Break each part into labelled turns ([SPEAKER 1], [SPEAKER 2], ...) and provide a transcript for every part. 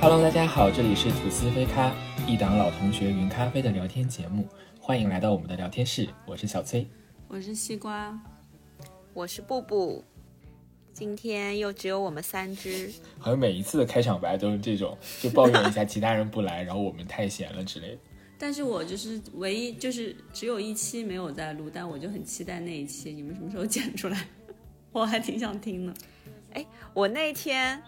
[SPEAKER 1] Hello，大家好，这里是吐司飞咖，一档老同学云咖啡的聊天节目，欢迎来到我们的聊天室，我是小崔。
[SPEAKER 2] 我是西瓜，
[SPEAKER 3] 我是布布，今天又只有我们三只，
[SPEAKER 1] 好像每一次的开场白都是这种，就抱怨一下其他人不 来，然后我们太闲了之类的。
[SPEAKER 2] 但是我就是唯一就是只有一期没有在录，但我就很期待那一期，你们什么时候剪出来？ 我还挺想听呢。
[SPEAKER 3] 我那天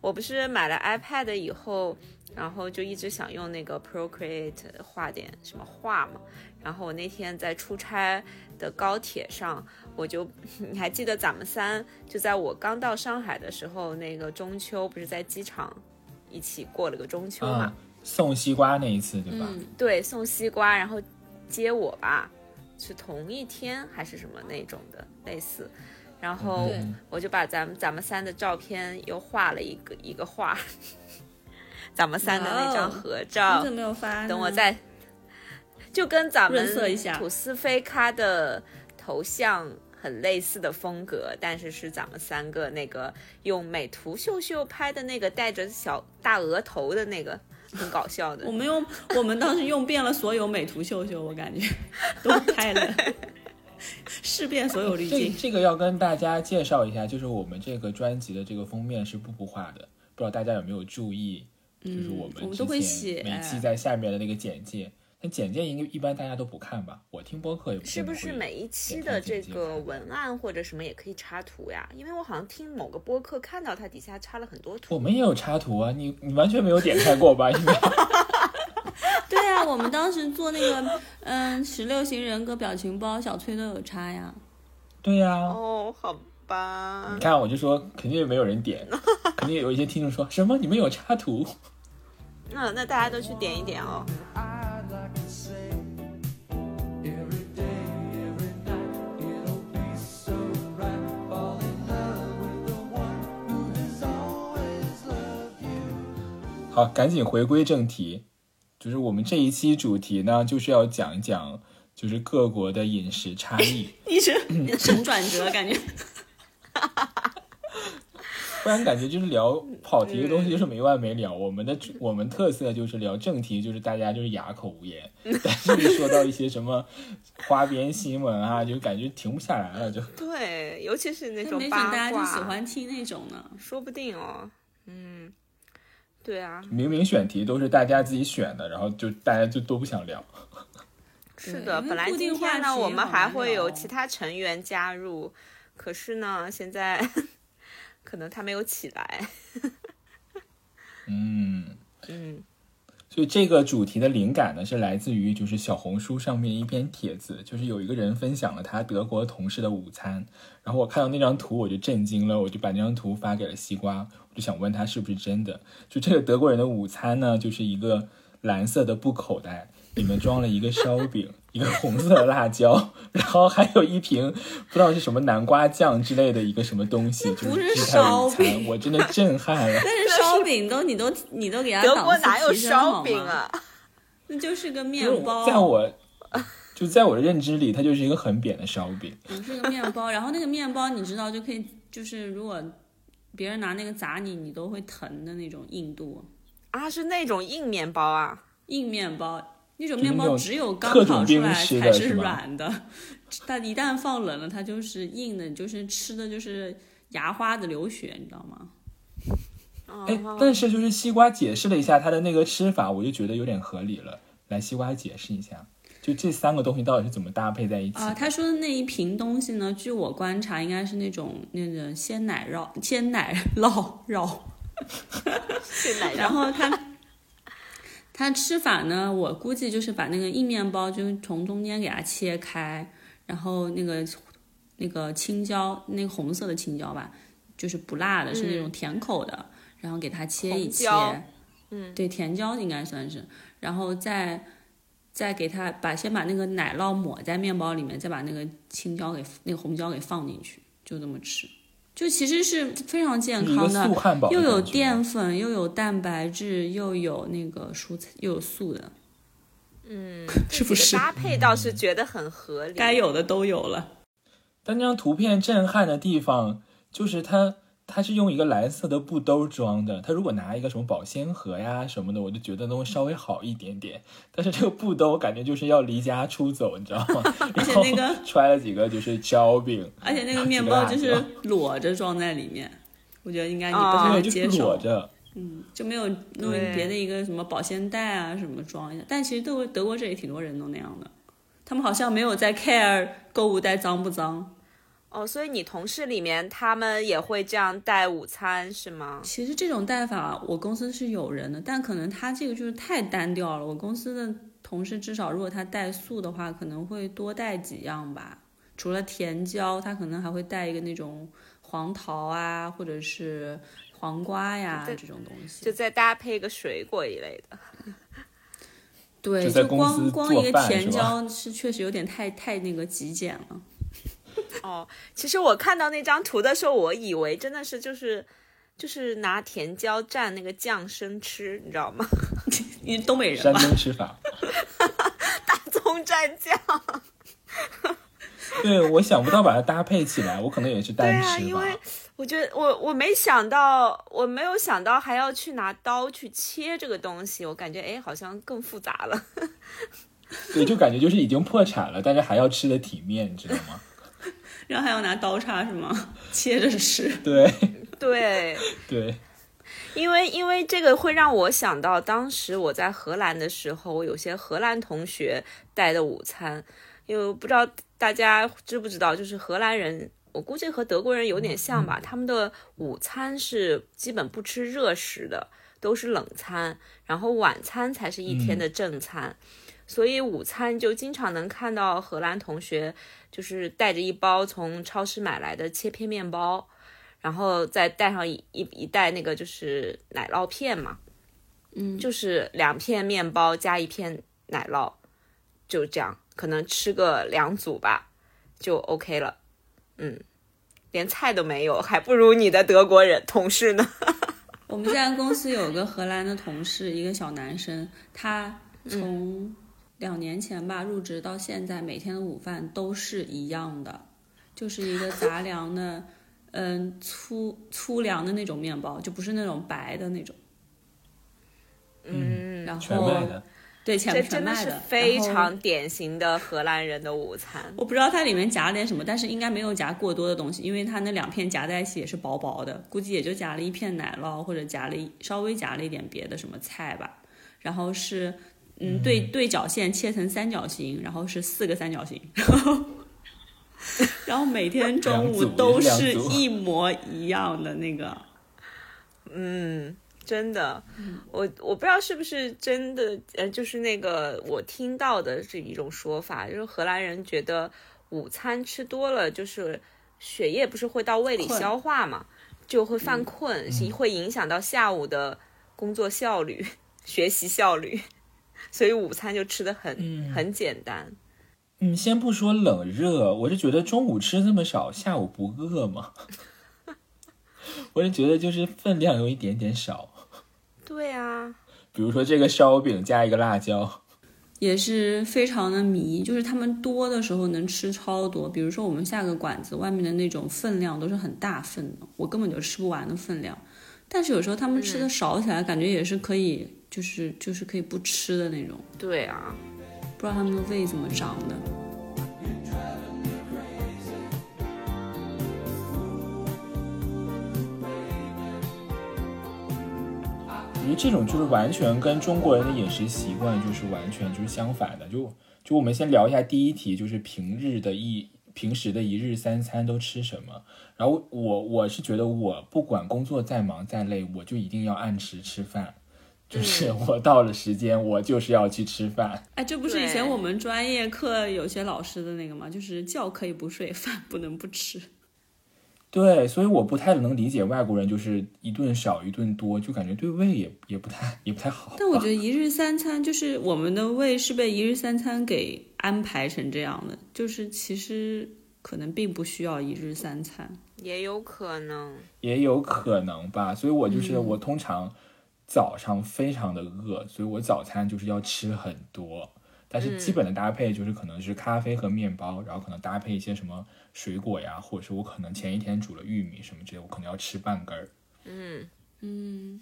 [SPEAKER 3] 我不是买了 iPad 以后，然后就一直想用那个 Procreate 画点什么画嘛。然后我那天在出差的高铁上，我就 你还记得咱们三就在我刚到上海的时候，那个中秋不是在机场一起过了个中秋嘛？
[SPEAKER 1] 嗯，送西瓜那一次对吧？啊
[SPEAKER 2] 嗯，
[SPEAKER 3] 对，送西瓜，然后接我吧，是同一天还是什么那种的类似。然后
[SPEAKER 2] 对
[SPEAKER 3] 我就把咱们咱们三的照片又画了一个一个画， 咱们三的那
[SPEAKER 2] 哇哦
[SPEAKER 3] 张合
[SPEAKER 2] 你
[SPEAKER 3] 照
[SPEAKER 2] 怎么。没有发呢？
[SPEAKER 3] 啊等我再，就跟咱们
[SPEAKER 2] 嗯润色一下
[SPEAKER 3] 吐司飞咖的头像很类似的风格，但是是咱们三个那个用美图秀秀拍的那个带着小大额头的那个，很搞笑的
[SPEAKER 2] 我。们用我们当时用遍了所有美图秀秀，我感觉都开 了，试遍所有滤
[SPEAKER 1] 这
[SPEAKER 2] 镜。
[SPEAKER 1] 这个要跟大家介绍一下，就是我们这个专辑的这个封面是布布画的，不知道大家有没有注意？就是
[SPEAKER 2] 嗯
[SPEAKER 1] 我
[SPEAKER 2] 我
[SPEAKER 1] 们
[SPEAKER 2] 们
[SPEAKER 1] 之
[SPEAKER 2] 都会
[SPEAKER 1] 前
[SPEAKER 2] 写哎
[SPEAKER 1] 每期在下面的那个简介，但简介应该一般大家都不看吧？我听播客也
[SPEAKER 3] 是
[SPEAKER 1] 见
[SPEAKER 3] 不
[SPEAKER 1] 会
[SPEAKER 3] 是每一期
[SPEAKER 1] 点
[SPEAKER 3] 的
[SPEAKER 1] 开
[SPEAKER 3] 这
[SPEAKER 1] 简介
[SPEAKER 3] 个
[SPEAKER 1] 看
[SPEAKER 3] 文案或者什么也可以插图呀？因为我好像听某个播客看到它底下插了很多
[SPEAKER 1] 我
[SPEAKER 3] 图。
[SPEAKER 1] 们也有插图啊，你你完全没有点开过吧？ 因为
[SPEAKER 2] 对啊，我们当时做那个嗯十六型人格表情包，小崔都有插呀。
[SPEAKER 1] 对呀、
[SPEAKER 3] 哦，好吧
[SPEAKER 1] 你，看我就说肯定没有人点，肯定有一些听众说什么你们有插图，
[SPEAKER 3] 那那大家都去点一点哦。
[SPEAKER 4] I'd like to say every day, every night, it'll be so right. Fall in love with the one who has always loved you.
[SPEAKER 1] 好，赶紧回归正题，就是我们这一期主题呢，就是要讲一讲就是各国的饮食差异，
[SPEAKER 2] 你是神转折，感觉
[SPEAKER 1] 不然感觉就是聊跑题的东西就是没完没了。我们的我们特色就是聊正题，就是大家就是哑口无言，但是一说到一些什么花边新闻啊，就感觉停不下来了，就
[SPEAKER 3] 对，尤其是 那
[SPEAKER 2] 没
[SPEAKER 3] 种
[SPEAKER 2] 准
[SPEAKER 3] 八
[SPEAKER 2] 大家
[SPEAKER 3] 卦，
[SPEAKER 2] 就喜欢听那种 呢。
[SPEAKER 3] 说不定哦。嗯，对啊，
[SPEAKER 1] 明明选题都是大家自己选的，然后就大家就都不想聊。
[SPEAKER 3] 是的。
[SPEAKER 2] 因为
[SPEAKER 3] 本来
[SPEAKER 2] 固定
[SPEAKER 3] 今天
[SPEAKER 2] 话
[SPEAKER 3] 呢，
[SPEAKER 2] 题
[SPEAKER 3] 我们
[SPEAKER 2] 好
[SPEAKER 3] 还
[SPEAKER 2] 难
[SPEAKER 3] 会有
[SPEAKER 2] 聊
[SPEAKER 3] 其他成员加入，可是呢，现在 可能他没有起来。
[SPEAKER 1] 嗯。
[SPEAKER 3] 嗯。
[SPEAKER 1] 所以这个主题的灵感呢，是来自于就是小红书上面一篇帖子，就是有一个人分享了他德国同事的午餐，然后我看到那张图我就震惊了，我就把那张图发给了西瓜，我就想问他是不是真的。就这个德国人的午餐呢，就是一个蓝色的布口袋，里面装了一个烧饼，一个红色的辣椒，然后还有一瓶不知道是什么南瓜酱之类的一个什么东西，就
[SPEAKER 2] 不是
[SPEAKER 1] 是他的午
[SPEAKER 2] 烧饼
[SPEAKER 1] 餐，我真的震撼 了。
[SPEAKER 2] 但是烧饼都你都你都给它
[SPEAKER 3] 德
[SPEAKER 2] 档
[SPEAKER 3] 国
[SPEAKER 2] 次
[SPEAKER 3] 哪有
[SPEAKER 2] 提升
[SPEAKER 3] 烧饼？
[SPEAKER 2] 好吗
[SPEAKER 3] 啊？
[SPEAKER 2] 那就是个面
[SPEAKER 1] 就是
[SPEAKER 2] 包，
[SPEAKER 1] 哎在我就在我的认知里，它就是一个很扁的烧饼。
[SPEAKER 2] 不 是个面包。然后那个面包你知道就可以，就是如果别人拿那个砸你，你都会疼的那种硬度
[SPEAKER 3] 啊，是那种硬面包啊。
[SPEAKER 2] 硬面包。那种
[SPEAKER 1] 就是
[SPEAKER 2] 面
[SPEAKER 1] 那
[SPEAKER 2] 包
[SPEAKER 1] 种
[SPEAKER 2] 只有刚
[SPEAKER 1] 特种
[SPEAKER 2] 烤出
[SPEAKER 1] 兵
[SPEAKER 2] 来
[SPEAKER 1] 吃
[SPEAKER 2] 才
[SPEAKER 1] 的
[SPEAKER 2] 是
[SPEAKER 1] 是吧
[SPEAKER 2] 软的，但一旦放冷了，它就是硬的，就是吃的就是牙花子流血，你知道吗？
[SPEAKER 1] 哎
[SPEAKER 3] 哦，
[SPEAKER 1] 但是就是西瓜解释了一下它的那个吃法，我就觉得有点合理了。来，西瓜解释一下，就这三个东西到底是怎么搭配在一起的？
[SPEAKER 2] 啊，他说的那一瓶东西呢，据我观察，应该是那种那个鲜奶酪、鲜奶酪 酪。
[SPEAKER 3] 是奶
[SPEAKER 2] 然后他他吃法呢，我估计就是把那个硬面包就是从中间给它切开，然后那个那个青椒，那个红色的青椒吧，就是不辣的，是那种甜口的，然后给它切一
[SPEAKER 3] 嗯红
[SPEAKER 2] 切
[SPEAKER 3] 椒，嗯，
[SPEAKER 2] 对，甜椒应该算是，然后再再给它把先把那个奶酪抹在面包里面，再把那个青椒给那个红椒给放进去，就这么吃，就其实是非常健
[SPEAKER 1] 一个
[SPEAKER 2] 康的，
[SPEAKER 1] 素汉堡的
[SPEAKER 2] 又有
[SPEAKER 1] 感觉
[SPEAKER 2] 淀粉，又有蛋白质，又有那个蔬菜，又有素的，
[SPEAKER 3] 嗯
[SPEAKER 2] 是不是
[SPEAKER 3] 搭配倒是觉得很合理。
[SPEAKER 2] 该有的都有了。
[SPEAKER 1] 但那张图片震撼的地方就是它，它它是用一个蓝色的布兜装的。它如果拿一个什么保鲜盒呀什么的，我就觉得能稍微好一点点。但是这个布兜，我感觉就是要离家出走，你知道吗？
[SPEAKER 2] 而
[SPEAKER 1] 然
[SPEAKER 2] 且
[SPEAKER 1] 后
[SPEAKER 2] 那个
[SPEAKER 1] 揣了几个就是烧饼，
[SPEAKER 2] 而且那个面包 就
[SPEAKER 1] 几个辣
[SPEAKER 2] 是
[SPEAKER 1] 椒啊
[SPEAKER 2] 裸着装在里面，我觉得应该你不
[SPEAKER 3] 啊
[SPEAKER 2] 太
[SPEAKER 1] 对，
[SPEAKER 2] 能
[SPEAKER 1] 就是
[SPEAKER 2] 接
[SPEAKER 1] 裸
[SPEAKER 2] 受，嗯
[SPEAKER 1] 着。
[SPEAKER 2] 就没有弄
[SPEAKER 3] 对
[SPEAKER 2] 别的一个什么保鲜袋啊什么装一下。但其实德国德国这里挺多人都那样的，他们好像没有在 care 购物袋脏不脏。
[SPEAKER 3] 哦，所以你同事里面他们也会这样带午餐是吗？
[SPEAKER 2] 其实这种带法我公司是有人的，但可能他这个就是太单调了。我公司的同事至少如果他带素的话，可能会多带几样吧。除了甜椒，他可能还会带一个那种黄桃啊，或者是黄瓜呀
[SPEAKER 3] 对
[SPEAKER 2] 这种东西。
[SPEAKER 3] 就再搭配个水果一类的。
[SPEAKER 2] 对，
[SPEAKER 1] 就在
[SPEAKER 2] 就
[SPEAKER 1] 公司
[SPEAKER 2] 光光
[SPEAKER 1] 做
[SPEAKER 2] 一个
[SPEAKER 1] 饭是
[SPEAKER 2] 甜
[SPEAKER 1] 吧
[SPEAKER 2] 椒是确实有点太太那个极简了。
[SPEAKER 3] 哦，其实我看到那张图的时候，我以为真的是就是就是拿甜椒蘸那个酱生吃，你知道吗？
[SPEAKER 2] 你东北人
[SPEAKER 1] 山
[SPEAKER 2] 吧？
[SPEAKER 1] 东吃法。
[SPEAKER 3] 哎葱蘸酱。
[SPEAKER 1] 对，我想不到把它搭配起来，我可能也是单
[SPEAKER 3] 对啊
[SPEAKER 1] 吃
[SPEAKER 3] 因
[SPEAKER 1] 吧。
[SPEAKER 3] 为我觉得我我没想到，我没有想到还要去拿刀去切这个东西，我感觉哎好像更复杂了。
[SPEAKER 1] 对，就感觉就是已经破产了，但是还要吃的体面，你知道吗？
[SPEAKER 2] 然后还要拿刀叉是吗？ 切着吃。
[SPEAKER 1] 对
[SPEAKER 3] 对，
[SPEAKER 1] 对，
[SPEAKER 3] 因为因为这个会让我想到，当时我在荷兰的时候，我有些荷兰同学带的午餐，因为我不知道大家知不知道，就是荷兰人，我估计和德国人有点像吧，他们的午餐是基本不吃热食的，都是冷餐，然后晚餐才是一天的正餐。所以午餐就经常能看到荷兰同学就是带着一包从超市买来的切片面包，然后再带上一一一袋那个就是奶酪片嘛，
[SPEAKER 2] 嗯，
[SPEAKER 3] 就是两片面包加一片奶酪，就这样，可能吃个两组吧，就 OK 了。嗯，连菜都没有，还不如你的德国人同事呢。
[SPEAKER 2] 我们现在公司有个荷兰的同事，一个小男生，他从两年前吧入职到现在，每天的午饭都是一样的，就是一个杂粮的，嗯，粗粗粮的那种面包，就不是那种白的那种。
[SPEAKER 3] 嗯，
[SPEAKER 2] 然
[SPEAKER 1] 全麦
[SPEAKER 2] 后
[SPEAKER 1] 的。
[SPEAKER 2] 对
[SPEAKER 3] 这
[SPEAKER 2] 全全
[SPEAKER 3] 真的
[SPEAKER 2] 麦
[SPEAKER 3] 是
[SPEAKER 2] 的，
[SPEAKER 3] 非
[SPEAKER 2] 然后
[SPEAKER 3] 常典型的荷兰人的午餐。
[SPEAKER 2] 我不知道它里面夹了点什么，但是应该没有夹过多的东西，因为它那两片夹在一起也是薄薄的，估计也就夹了一片奶酪或者夹了一稍微夹了一点别的什么菜吧。然后是，嗯，对对角线切成三角形，然后是四个三角形，然后然后每天中午都是一模一样的那个。
[SPEAKER 3] 嗯，真的，我我不知道是不是真的，呃，就是那个我听到的这一种说法，就是荷兰人觉得午餐吃多了，就是血液不是会到胃里
[SPEAKER 2] 困
[SPEAKER 3] 消化嘛，就会犯困，是会影响到下午的工作效率、 学习效率， 所以午餐就吃的很、很简单。
[SPEAKER 1] 嗯，先不说冷热，我是觉得中午吃这么少，下午不饿吗？ 我是觉得就是分量有一点点少，
[SPEAKER 3] 对啊，
[SPEAKER 1] 比如说这个烧饼加一个辣椒，
[SPEAKER 2] 也是非常的迷，就是他们多的时候能吃超多。比如说我们下个馆子外面的那种分量都是很大份的，我根本就吃不完的分量。但是有时候他们吃的少起来，感觉也是可以，就是就是可以不吃的那种，
[SPEAKER 3] 对啊。
[SPEAKER 2] 不知道他们的胃怎么长的。
[SPEAKER 1] 我觉得这种就是完全跟中国人的饮食习惯就是完全就是相反的。就就我们先聊一下第一题，就是平日的一平时的一日三餐都吃什么。然后我我是觉得我不管工作再忙再累，我就一定要按时吃饭。
[SPEAKER 2] 嗯
[SPEAKER 1] 就是我到了时间，我就是要去吃饭。
[SPEAKER 2] 哎，这不是以前
[SPEAKER 3] 对
[SPEAKER 2] 我们专业课有些老师的那个吗？就是觉可以不睡，饭不能不吃。
[SPEAKER 1] 对，所以我不太能理解外国人就是一顿少一顿多，就感觉对胃也也不太也不太好吧。
[SPEAKER 2] 但我觉得一日三餐就是我们的胃是被一日三餐给安排成这样的，就是其实可能并不需要一日三餐。
[SPEAKER 3] 也有可能，
[SPEAKER 1] 也有可能吧，所以我就是我通常早上非常的饿，所以我早餐就是要吃很多，但是基本的搭配就是可能是咖啡和面包，然后可能搭配一些什么水果呀，或者是我可能前一天煮了玉米什么之类，我可能要吃半根儿。
[SPEAKER 3] 嗯，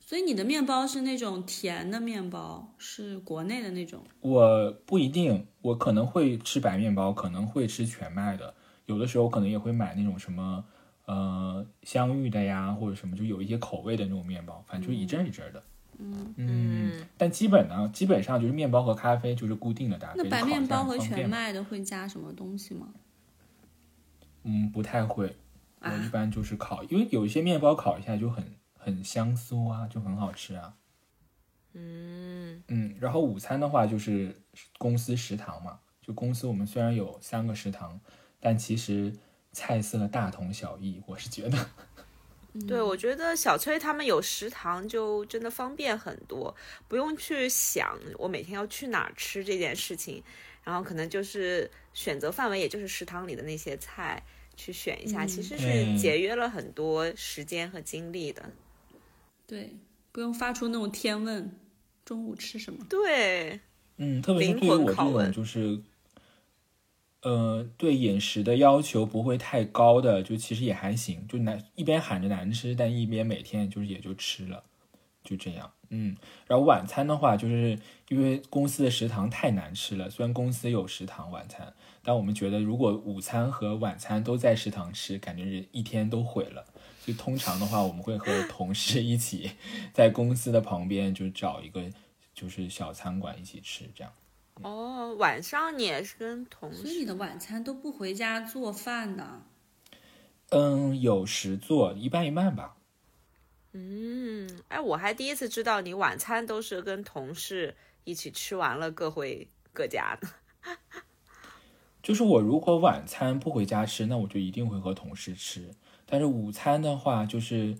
[SPEAKER 2] 所以你的面包是那种甜的面包，是国内的那种。
[SPEAKER 1] 我不一定，我可能会吃白面包，可能会吃全麦的，有的时候可能也会买那种什么呃香芋的呀，或者什么，就有一些口味的那种面包，反正就一阵儿一阵儿的。嗯
[SPEAKER 3] 嗯
[SPEAKER 1] 但基本呢，基本上就是面包和咖啡就是固定的搭配。
[SPEAKER 2] 那白
[SPEAKER 1] 啊就烤
[SPEAKER 2] 面
[SPEAKER 1] 一下
[SPEAKER 2] 包
[SPEAKER 1] 很
[SPEAKER 2] 和
[SPEAKER 1] 方便
[SPEAKER 2] 全
[SPEAKER 1] 嘛，
[SPEAKER 2] 麦的会加什么东西吗？
[SPEAKER 1] 嗯，不太会。我
[SPEAKER 2] 啊
[SPEAKER 1] 一般就是烤，因为有一些面包烤一下就很很香酥啊，就很好吃啊。
[SPEAKER 3] 嗯
[SPEAKER 1] 嗯，然后午餐的话就是公司食堂嘛，就公司我们虽然有三个食堂，但其实菜色大同小异，我是觉得。
[SPEAKER 2] 嗯
[SPEAKER 3] 对，我觉得小崔他们有食堂就真的方便很多，不用去想我每天要去哪儿吃这件事情，然后可能就是选择范围也就是食堂里的那些菜去选一下，
[SPEAKER 2] 嗯
[SPEAKER 3] 其实
[SPEAKER 1] 对
[SPEAKER 3] 是节约了很多时间和精力的。
[SPEAKER 2] 对，不用发出那种天问，中午吃什么？
[SPEAKER 3] 对，
[SPEAKER 1] 嗯，特别是
[SPEAKER 3] 灵
[SPEAKER 1] 对于
[SPEAKER 3] 魂
[SPEAKER 1] 我这
[SPEAKER 3] 拷
[SPEAKER 1] 种
[SPEAKER 3] 问
[SPEAKER 1] 就是，呃，对饮食的要求不会太高的，就其实也还行，就难一边喊着难吃，但一边每天就是也就吃了，就这样。嗯，然后晚餐的话，就是因为公司的食堂太难吃了，虽然公司有食堂晚餐，但我们觉得如果午餐和晚餐都在食堂吃，感觉是一天都毁了。所以通常的话，我们会和同事一起 在公司的旁边就找一个就是小餐馆一起吃，这样。
[SPEAKER 3] 哦，晚上你也是跟同
[SPEAKER 2] 所以你
[SPEAKER 3] 事，
[SPEAKER 2] 的晚餐都不回家做饭的？
[SPEAKER 1] 嗯，有时做一半一半吧。
[SPEAKER 3] 嗯，哎，我还第一次知道你晚餐都是跟同事一起吃完了各回各家呢。
[SPEAKER 1] 就是我如果晚餐不回家吃，那我就一定会和同事吃。但是午餐的话，就是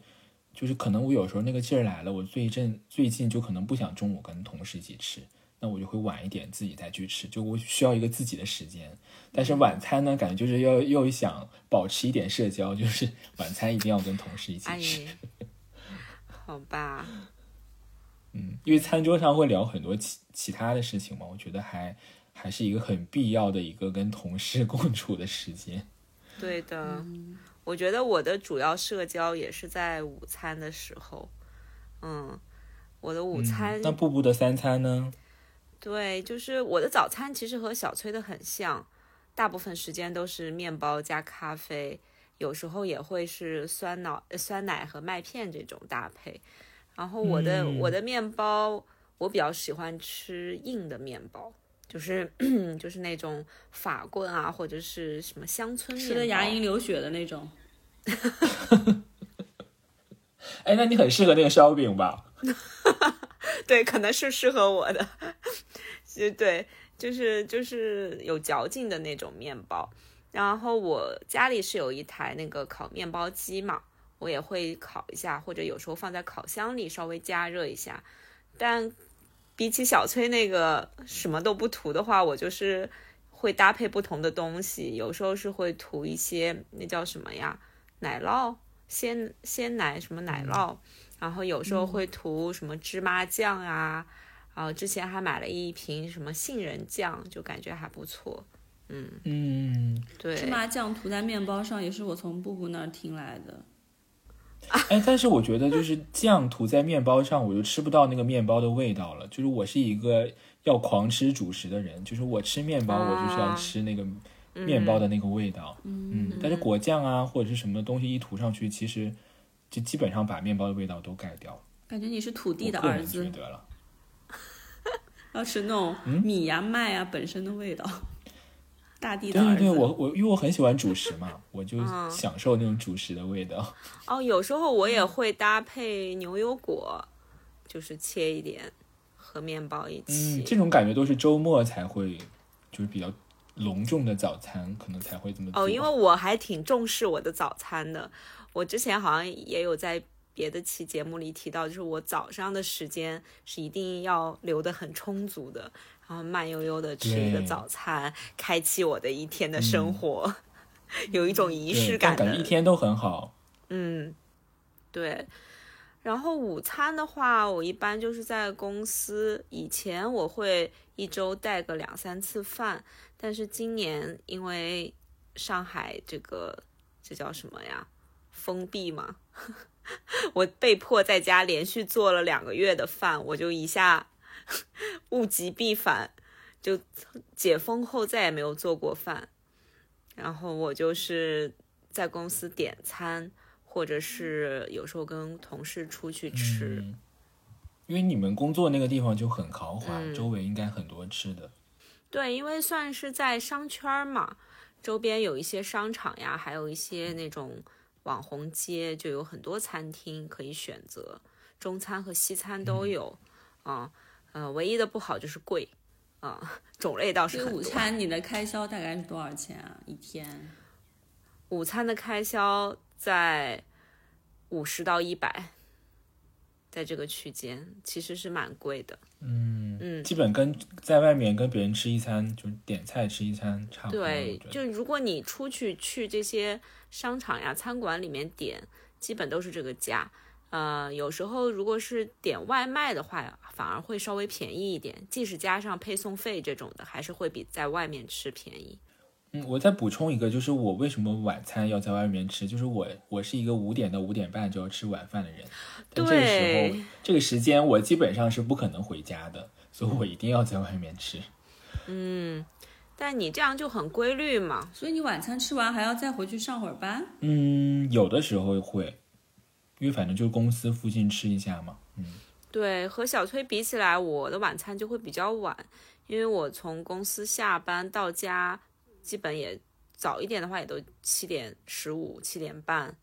[SPEAKER 1] 就是可能我有时候那个劲儿来了，我最近最近就可能不想中午跟同事一起吃，那我就会晚一点自己再去吃，就我需要一个自己的时间。但是晚餐呢，感觉就是要又想保持一点社交，就是晚餐一定要跟同事一起
[SPEAKER 3] 哎
[SPEAKER 1] 吃。，
[SPEAKER 3] 好吧，
[SPEAKER 1] 嗯，因为餐桌上会聊很多其其他的事情嘛，我觉得还还是一个很必要的一个跟同事共处的时间。
[SPEAKER 3] 对的。
[SPEAKER 2] 嗯
[SPEAKER 3] 我觉得我的主要社交也是在午餐的时候，嗯，我的 午餐、
[SPEAKER 1] 嗯那步步的三餐呢？
[SPEAKER 3] 对，就是我的早餐其实和小崔的很像，大部分时间都是面包加咖啡，有时候也会是酸奶、呃酸奶和麦片这种搭配。然后我的、我的面包，我比较喜欢吃硬的面包，就是 就是那种法棍啊，或者是什么乡村面包。
[SPEAKER 2] 吃的牙龈流血的那种。
[SPEAKER 1] 哎，那你很适合那个烧饼吧？
[SPEAKER 3] 对，可能是适合我的， 就对，就是就是有嚼劲的那种面包。然后我家里是有一台那个烤面包机嘛，我也会烤一下，或者有时候放在烤箱里稍微加热一下。但比起小崔那个什么都不涂的话，我就是会搭配不同的东西，有时候是会涂一些那叫什么呀，奶酪、鲜鲜奶什么奶酪，然后有
[SPEAKER 2] 嗯
[SPEAKER 3] 时候会涂什么芝麻酱啊，然后之前还买了一瓶什么杏仁酱，就感觉还不错。
[SPEAKER 1] 嗯，
[SPEAKER 3] 对，
[SPEAKER 2] 芝麻酱涂在面包上也是我从布布那儿听来的。
[SPEAKER 1] 哎，但是我觉得就是酱涂在面包上，我就吃不到那个面包的味道了。就是我是一个要狂吃主食的人，就是我吃面包，我就是要
[SPEAKER 3] 啊
[SPEAKER 1] 吃那个面包的那个味道。嗯，但是果酱啊或者是什么东西一涂上去，其实就基本上把面包的味道都盖掉了。
[SPEAKER 2] 感觉你是土地
[SPEAKER 1] 我
[SPEAKER 2] 的
[SPEAKER 1] 个
[SPEAKER 2] 儿
[SPEAKER 1] 人觉
[SPEAKER 2] 子，
[SPEAKER 1] 得嗯了。
[SPEAKER 2] 要吃那种米呀、麦呀、本身的味道。 大地的
[SPEAKER 1] 对
[SPEAKER 2] 儿
[SPEAKER 1] 对
[SPEAKER 2] 子，
[SPEAKER 1] 对，啊我我因为我很喜欢主食嘛，我就
[SPEAKER 3] 嗯
[SPEAKER 1] 享受那种主食的味道。嗯
[SPEAKER 3] 哦，有时候我也会搭配牛油果，就是切一点和面包一起
[SPEAKER 1] 嗯，。这种感觉都是周末才会，就是比较隆重的早餐，可能才会这么做。
[SPEAKER 3] 哦，因为我还挺重视我的早餐的。我之前好像也有在别的期节目里提到，就是我早上的时间是一定要留得很充足的，然后慢悠悠的吃一个
[SPEAKER 1] 对嗯
[SPEAKER 3] 早餐，开启我的一天的生活， 有一种仪
[SPEAKER 1] 对
[SPEAKER 3] 式
[SPEAKER 1] 但
[SPEAKER 3] 感
[SPEAKER 1] 感
[SPEAKER 3] 的
[SPEAKER 1] 觉一天都很好。
[SPEAKER 3] 嗯，对。然后午餐的话，我一般就是在公司。以前我会一周带个两三次饭，但是今年因为上海这个这叫什么呀？封闭嘛， 我被迫在家连续做了两个月的饭，我就一下物极必反，就解封后再也没有做过饭。然后我就是在公司点餐，或者是有时候跟同事出去吃。
[SPEAKER 1] 嗯，因为你们工作那个地方就很豪华，
[SPEAKER 3] 嗯
[SPEAKER 1] 周围应该很多吃的。
[SPEAKER 3] 对，因为算是在商圈儿嘛，周边有一些商场呀，还有一些那种网红街，就有很多餐厅可以选择，中餐和西餐都有。啊、呃，唯一的不好就是贵，啊、种类倒是
[SPEAKER 2] 这个
[SPEAKER 3] 很多。
[SPEAKER 2] 午餐你的开销大概是多少钱啊？一天？
[SPEAKER 3] 午餐的开销在五十到一百，在这个区间，其实是蛮贵的。
[SPEAKER 1] 嗯
[SPEAKER 3] 嗯
[SPEAKER 1] 基本跟在外面跟别人吃一餐，就是点菜吃一餐差不多。啊
[SPEAKER 3] 对
[SPEAKER 1] 嗯我，觉
[SPEAKER 3] 就
[SPEAKER 1] 得
[SPEAKER 3] 如果你出去去这些商场呀、餐馆里面点，基本都是这个价。呃，有时候如果是点外卖的话，反而会稍微便宜一点，即使加上配送费这种的，还是会比在外面吃便宜。
[SPEAKER 1] 嗯，我再补充一个，就是我为什么晚餐要在外面吃，就是我我是一个五点到五点半就要吃晚饭的人，但这个时
[SPEAKER 3] 对
[SPEAKER 1] 候这个时间我基本上是不可能回家的，所以我一定要在外面吃。
[SPEAKER 3] 但你这样就很规律嘛，
[SPEAKER 2] 所以你晚餐吃完还要再回去上会儿班？
[SPEAKER 1] 嗯，有的时候会，因为反正就公司附近吃一下嘛。嗯，
[SPEAKER 3] 对，和小崔比起来，我的晚餐就会比较晚，因为我从公司下班到家，基本也早一点的话也都七点十五、七点半，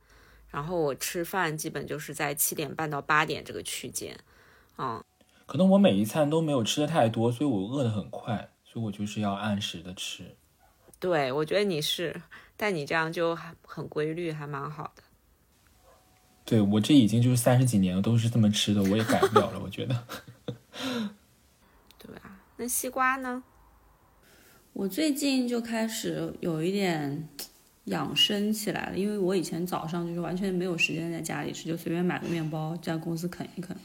[SPEAKER 3] 然后我吃饭基本就是在七点半到八点这个区间，嗯，
[SPEAKER 1] 可能我每一餐都没有吃的太多，所以我饿得很快，所以我就是要按时的吃。
[SPEAKER 3] 对，我觉得你是，但你这样就还很规律，还蛮好的。
[SPEAKER 1] 对我这已经就是三十几年了，都是这么吃的，我也改不了了。我觉得，嗯
[SPEAKER 3] 啊那西瓜呢？
[SPEAKER 2] 嗯我最近就开始有一点养生起来了，因为我以前早上就是完全没有时间在家里吃，就随便买个面包在公司啃一啃。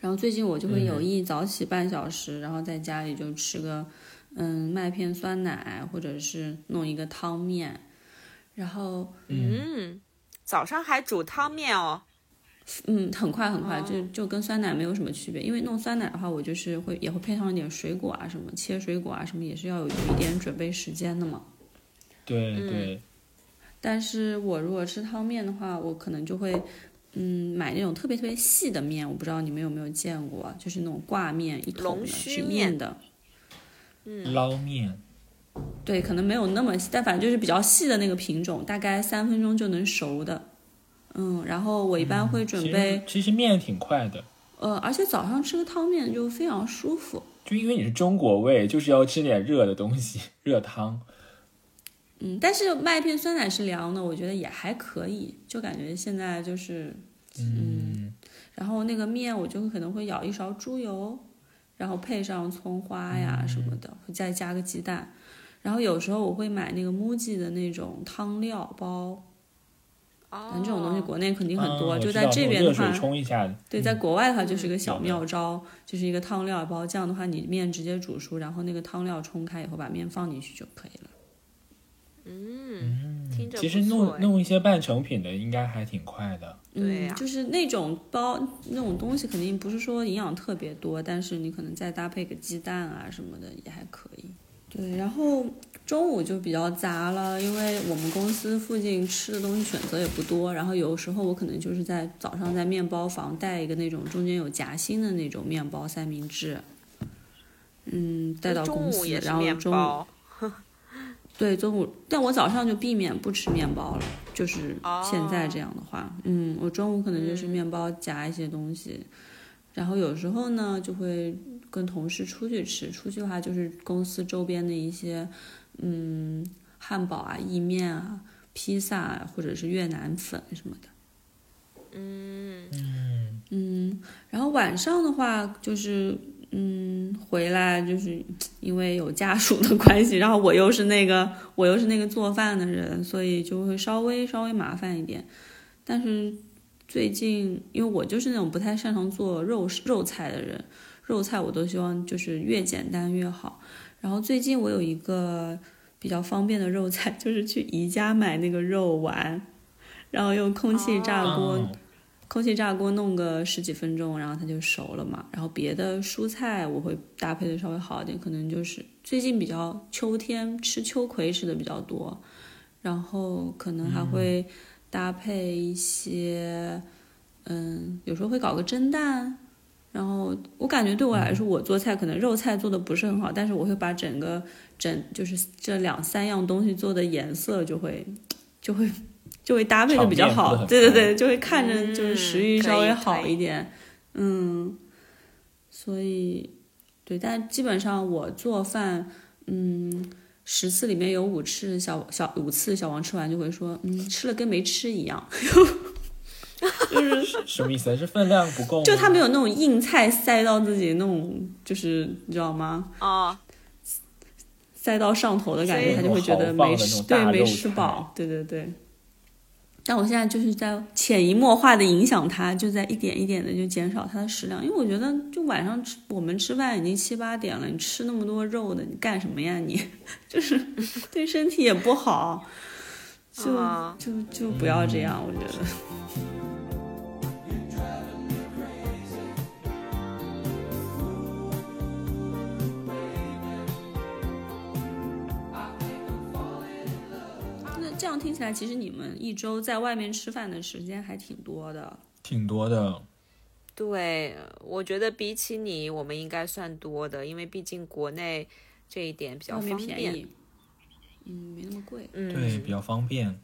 [SPEAKER 2] 然后最近我就会有意早起半小时，然后在家里就吃个嗯麦片酸奶，或者是弄一个汤面。然后
[SPEAKER 3] 嗯，早上还煮汤面哦。
[SPEAKER 2] 嗯，很快很快，
[SPEAKER 3] 哦
[SPEAKER 2] 就就跟酸奶没有什么区别。因为弄酸奶的话，我就是会也会配上一点水果啊什么，切水果啊什么，也是要有一点准备时间的嘛。
[SPEAKER 1] 对
[SPEAKER 3] 嗯
[SPEAKER 1] 对，
[SPEAKER 2] 但是我如果吃汤面的话，我可能就会，嗯，买那种特别特别细的面，我不知道你们有没有见过，啊就是那种挂面一桶
[SPEAKER 3] 龙
[SPEAKER 2] 的，
[SPEAKER 3] 须
[SPEAKER 2] 是
[SPEAKER 3] 面
[SPEAKER 2] 硬的，
[SPEAKER 3] 嗯
[SPEAKER 1] 捞面，
[SPEAKER 2] 对，可能没有那么细，但反正就是比较细的那个品种，大概三分钟就能熟的。嗯，然后我一般会准备，
[SPEAKER 1] 其实其实面挺快的，
[SPEAKER 2] 呃，而且早上吃个汤面就非常舒服。
[SPEAKER 1] 就因为你是中国胃，就是要吃点热的东西， 热汤。
[SPEAKER 2] 嗯，但是麦片酸奶是凉的，我觉得也还可以，就感觉现在就是，
[SPEAKER 1] 嗯，
[SPEAKER 2] 然后那个面我就可能会舀一勺猪油，然后配上葱花
[SPEAKER 1] 嗯
[SPEAKER 2] 呀什么的，会再加个鸡蛋，然后有时候我会买那个 MUJI 的那种汤料包，
[SPEAKER 3] 哦
[SPEAKER 2] 但这种东西国内肯定很多，
[SPEAKER 1] 啊
[SPEAKER 2] 就
[SPEAKER 1] 我
[SPEAKER 2] 在
[SPEAKER 1] 知道
[SPEAKER 2] 这
[SPEAKER 1] 那种
[SPEAKER 2] 边的
[SPEAKER 1] 热
[SPEAKER 2] 话
[SPEAKER 1] 水，冲一下，
[SPEAKER 2] 对，
[SPEAKER 1] 嗯
[SPEAKER 2] 在国外的话就是个小
[SPEAKER 1] 有的
[SPEAKER 2] 妙招，就是一个汤料包，这样的话你面直接煮熟，然后那个汤料冲开以后把面放进去就可以了。
[SPEAKER 3] 嗯，听着
[SPEAKER 1] 其
[SPEAKER 3] 不
[SPEAKER 1] 实
[SPEAKER 3] 错哎
[SPEAKER 1] 弄弄一些半成品的应该还挺快的。
[SPEAKER 3] 对呀
[SPEAKER 2] 嗯，就是那种包那种东西，肯定不是说营养特别多，但是你可能再搭配个鸡蛋啊什么的也还可以。对，然后中午就比较杂了，因为我们公司附近吃的东西选择也不多，然后有时候我可能就是在早上在面包房带一个那种中间有夹心的那种面包三明治，嗯，带到
[SPEAKER 3] 中
[SPEAKER 2] 公
[SPEAKER 3] 午
[SPEAKER 2] 司，
[SPEAKER 3] 也是
[SPEAKER 2] 然后
[SPEAKER 3] 面
[SPEAKER 2] 中午
[SPEAKER 3] 包
[SPEAKER 2] 对，中午，但我早上就避免不吃面包了，就是现在这样的话，嗯，我中午可能就是面包夹一些东西，然后有时候呢就会跟同事出去吃，出去的话就是公司周边的一些，嗯，汉堡啊、意面啊、披萨啊，或者是越南粉什么的。嗯，然后晚上的话就是，嗯，回来就是因为有家属的关系，然后我又是那个我又是那个做饭的人，所以就会稍微稍微麻烦一点。但是最近，因为我就是那种不太擅长做肉肉菜的人，肉菜我都希望就是越简单越好。然后最近我有一个比较方便的肉菜，就是去宜家买那个肉丸，然后用空气炸锅
[SPEAKER 1] 哦
[SPEAKER 2] 空气炸锅弄个十几分钟，然后它就熟了嘛。然后别的蔬菜我会搭配的稍微好一点，可能就是最近比较秋天吃秋葵吃的比较多，然后可能还会搭配一些，嗯有时候会搞个蒸蛋。然后我感觉对我来说，我做菜可能肉菜做的不是很好，但是我会把整个整就是这两三样东西做的颜色就会就会就会搭配的比较
[SPEAKER 1] 场面做得
[SPEAKER 2] 好，
[SPEAKER 1] 很
[SPEAKER 2] 对对
[SPEAKER 1] 漂
[SPEAKER 2] 对
[SPEAKER 1] 亮，
[SPEAKER 2] 就会看着就是食欲
[SPEAKER 3] 嗯
[SPEAKER 2] 稍
[SPEAKER 3] 可以
[SPEAKER 2] 微
[SPEAKER 3] 可
[SPEAKER 2] 好
[SPEAKER 3] 以
[SPEAKER 2] 一点，嗯，所以对，但基本上我做饭，嗯，十次里面有五次小小五次小王吃完就会说，嗯，吃了跟没吃一样，
[SPEAKER 1] 是什么意思？是分量不够
[SPEAKER 3] 哦
[SPEAKER 1] 吗？
[SPEAKER 2] 就他没有那种硬菜塞到自己那种，就是你知道吗？
[SPEAKER 3] 哦，
[SPEAKER 2] 塞到上头的感
[SPEAKER 3] 所
[SPEAKER 2] 觉，
[SPEAKER 3] 以
[SPEAKER 2] 他就会觉得没
[SPEAKER 1] 那种豪
[SPEAKER 2] 吃，
[SPEAKER 1] 放的那种
[SPEAKER 2] 对，
[SPEAKER 1] 大
[SPEAKER 2] 没
[SPEAKER 1] 肉
[SPEAKER 2] 吃饱，对对对。但我现在就是在潜移默化的影响他，就在一点一点的就减少他的食量，因为我觉得就晚上吃我们吃饭已经七八点了，你吃那么多肉的，你干什么呀你？ 就是对身体也不好，就
[SPEAKER 3] 啊
[SPEAKER 2] 就就不要这样，我觉得。那这样听起来，其实你们一周在外面吃饭的时间还挺多的。
[SPEAKER 1] 挺多的，
[SPEAKER 3] 对，我觉得比起你，我们应该算多的，因为毕竟国内这一点比较
[SPEAKER 2] 外面哦
[SPEAKER 3] 方
[SPEAKER 2] 便宜，嗯，没那么贵。
[SPEAKER 3] 嗯，
[SPEAKER 1] 对，比较方便。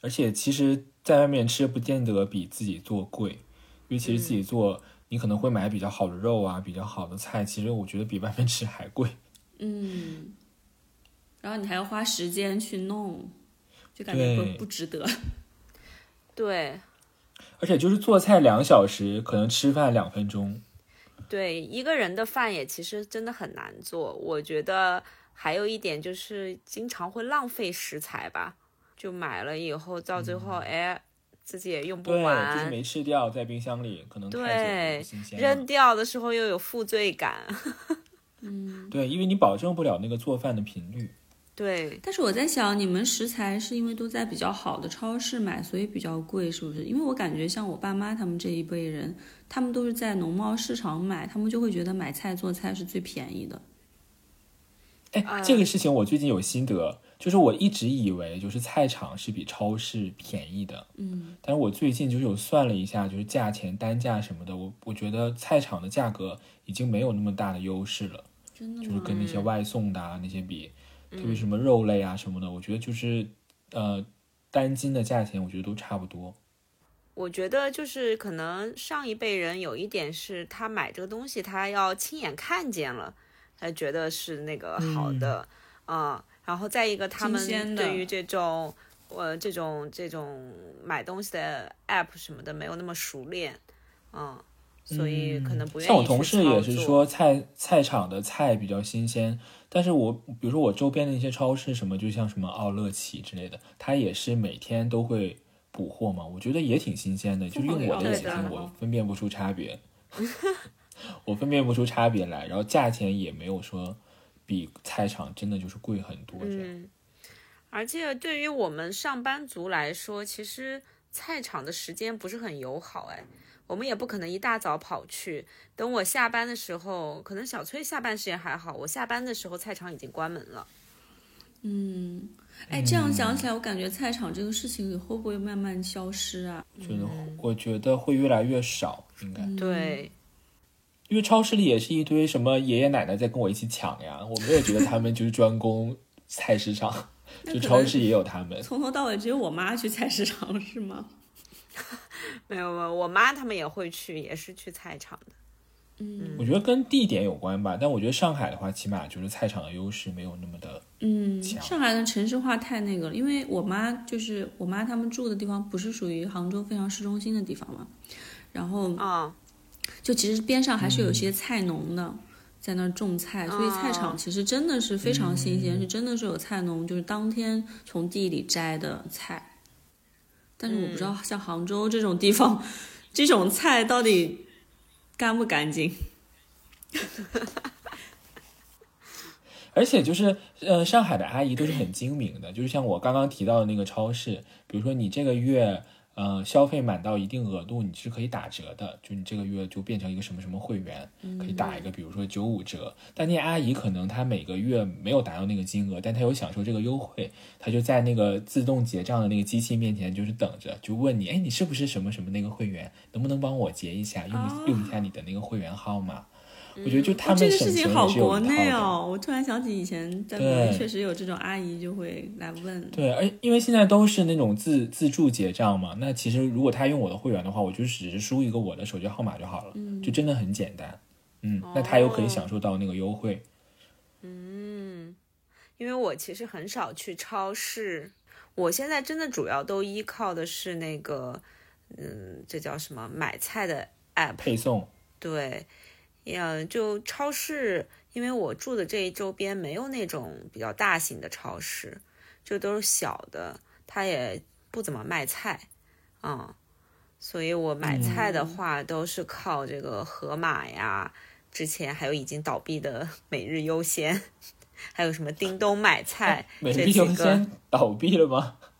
[SPEAKER 1] 而且其实在外面吃不见得比自己做贵，因为其实自
[SPEAKER 2] 嗯
[SPEAKER 1] 己做、你可能会买比较好的肉啊，比较好的菜，其实我觉得比外面吃还贵。
[SPEAKER 2] 嗯，然后你还要花时间去弄，就感觉
[SPEAKER 1] 对
[SPEAKER 2] 不不值得。
[SPEAKER 3] 对
[SPEAKER 1] 而且就是做菜两小时，可能吃饭两分钟。
[SPEAKER 3] 对，一个人的饭也其实真的很难做。我觉得还有一点就是经常会浪费食材吧，就买了以后到最后，哎，自己也用
[SPEAKER 1] 嗯
[SPEAKER 3] 不
[SPEAKER 1] 对，就是
[SPEAKER 3] 完，
[SPEAKER 1] 没吃掉，在冰箱里可能太久了
[SPEAKER 3] 对
[SPEAKER 1] 不新鲜了。
[SPEAKER 3] 扔掉的时候又有负罪感。
[SPEAKER 2] 嗯，
[SPEAKER 1] 对，因为你保证不了那个做饭的频率。
[SPEAKER 3] 对，
[SPEAKER 2] 但是我在想，你们食材是因为都在比较好的超市买，所以比较贵，是不是？因为我感觉像我爸妈他们这一辈人，他们都是在农贸市场买，他们就会觉得买菜做菜是最便宜的。
[SPEAKER 1] 哎，
[SPEAKER 3] 嗯
[SPEAKER 1] 这个事情我最近有心得，就是我一直以为就是菜场是比超市便宜的，
[SPEAKER 2] 嗯，
[SPEAKER 1] 但是我最近就是有算了一下，就是价钱单价什么的，我我觉得菜场的价格已经没有那么大的优势了，
[SPEAKER 2] 真的
[SPEAKER 1] 就是
[SPEAKER 2] 吗？
[SPEAKER 1] 跟那
[SPEAKER 3] 嗯
[SPEAKER 1] 些外送的啊那些比，特别什么肉类啊什么的，我觉得就是呃单斤的价钱我觉得都差不多。
[SPEAKER 3] 我觉得就是可能上一辈人有一点是他买这个东西，他要亲眼看见了，他觉得是那个好
[SPEAKER 1] 嗯
[SPEAKER 3] 的啊、然后再一个，他
[SPEAKER 2] 新鲜
[SPEAKER 3] 们
[SPEAKER 2] 的
[SPEAKER 3] 对于这种呃这种这种买东西的 app 什么的没有那么熟练，嗯，所以可能不愿意
[SPEAKER 1] 嗯
[SPEAKER 3] 去
[SPEAKER 1] 像我同事也是
[SPEAKER 3] 操作
[SPEAKER 1] 说，菜菜场的菜比较新鲜，但是我比如说我周边的一些超市什么，就像什么奥乐奇之类的，它也是每天都会补货嘛，我觉得也挺新鲜的。就
[SPEAKER 2] 疯
[SPEAKER 1] 用
[SPEAKER 2] 狂
[SPEAKER 1] 我的
[SPEAKER 3] 给
[SPEAKER 1] 眼睛
[SPEAKER 3] 奥乐
[SPEAKER 2] 奇，
[SPEAKER 1] 我
[SPEAKER 2] 哦
[SPEAKER 1] 分辨不出差别， 我分辨不出差别来，然后价钱也没有说比菜场真的就是贵很多这样。
[SPEAKER 3] 嗯，而且对于我们上班族来说，其实菜场的时间不是很友好哎，我们也不可能一大早跑去。等我下班的时候，可能小崔下班时间还好，我下班的时候菜场已经关门了。
[SPEAKER 2] 嗯，哎，这样想起来，我感觉菜场这个事情会不会慢慢消失啊？
[SPEAKER 1] 就是我觉得会越来越少，应
[SPEAKER 2] 嗯
[SPEAKER 1] 该，
[SPEAKER 3] 对，
[SPEAKER 1] 因为超市里也是一堆什么爷爷奶奶在跟我一起抢呀，我没有觉得他们就是专攻菜市场。
[SPEAKER 2] 那
[SPEAKER 1] 就
[SPEAKER 2] 可
[SPEAKER 1] 超
[SPEAKER 2] 能
[SPEAKER 1] 市也有他们。
[SPEAKER 2] 嗯从头到尾只有我妈去菜市场是吗？
[SPEAKER 3] 没有没有，我妈他们也会去，也是去菜场的。
[SPEAKER 2] 嗯
[SPEAKER 1] 我觉得跟地点有关吧，但我觉得上海的话，起码就是菜场的优势没有那么的。
[SPEAKER 2] 嗯，
[SPEAKER 1] 强
[SPEAKER 2] 上海的城市化太那个了，因为我妈就是我妈他们住的地方不是属于杭州非常市中心的地方嘛，然后
[SPEAKER 3] 啊、
[SPEAKER 2] 就其实边上还是有
[SPEAKER 1] 嗯
[SPEAKER 2] 些菜农的。在那儿种菜，所以菜场其实真的是非常
[SPEAKER 1] 嗯
[SPEAKER 2] 新鲜，是真的是有菜农，就是当天从地里摘的菜。但是我不知道像杭州这种地方，这种菜到底干不干净？
[SPEAKER 1] 而且就是，呃，上海的阿姨都是很精明的，就是像我刚刚提到的那个超市，比如说你这个月，呃，消费满到一定额度，你是可以打折的，就你这个月就变成一个什么什么会员，可以打一
[SPEAKER 2] 嗯
[SPEAKER 1] 个，比如说九五折。但那阿姨可能她每个月没有达到那个金额，但她有享受这个优惠，她就在那个自动结账的那个机器面前，就是等着，就问你，哎，你是不是什么什么那个会员？能不能帮我结一下，用一、用一下你的那个会员号码？我觉得就他
[SPEAKER 2] 哦，
[SPEAKER 1] 们
[SPEAKER 2] 这个
[SPEAKER 1] 省
[SPEAKER 2] 事
[SPEAKER 1] 钱
[SPEAKER 2] 情
[SPEAKER 1] 也
[SPEAKER 2] 好
[SPEAKER 1] 是有
[SPEAKER 2] 国
[SPEAKER 1] 一套
[SPEAKER 2] 内
[SPEAKER 1] 的
[SPEAKER 2] 哦，我突然想起以前在国内
[SPEAKER 1] 对
[SPEAKER 2] 确实有这种阿姨就会来问，
[SPEAKER 1] 对，而因为现在都是那种自自助结账嘛，那其实如果他用我的会员的话，我就只是输一个我的手机号码就好了，
[SPEAKER 3] 嗯
[SPEAKER 1] 就真的很简单。嗯，那他又可以
[SPEAKER 3] 哦
[SPEAKER 1] 享受到那个优惠。
[SPEAKER 3] 因为我其实很少去超市，我现在真的主要都依靠的是那个，嗯，这叫什么买菜的 app。
[SPEAKER 1] 配送。
[SPEAKER 3] 对，呀，就超市，因为我住的这一周边没有那种比较大型的超市，就都是小的，它也不怎么卖菜，嗯，所以我买菜
[SPEAKER 1] 嗯
[SPEAKER 3] 的话都是靠这个盒马呀，之前还有已经倒闭的 每日优鲜，还有什么叮咚买菜
[SPEAKER 1] 哎每
[SPEAKER 3] 这
[SPEAKER 1] 日
[SPEAKER 3] 几
[SPEAKER 1] 优
[SPEAKER 3] 个。
[SPEAKER 1] 先倒闭了吗？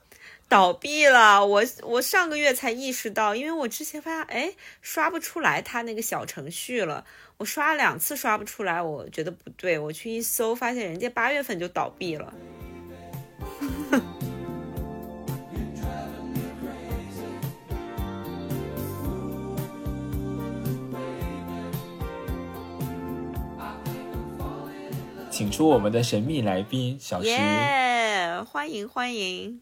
[SPEAKER 3] 倒闭了。我我上个月才意识到，因为我之前发现，哎，刷不出来它那个小程序了。我刷了两次刷不出来，我觉得不对，我去一搜，发现人家八月份就倒闭了。
[SPEAKER 1] 请出我们的神秘来宾小石。
[SPEAKER 3] 耶、欢迎欢迎，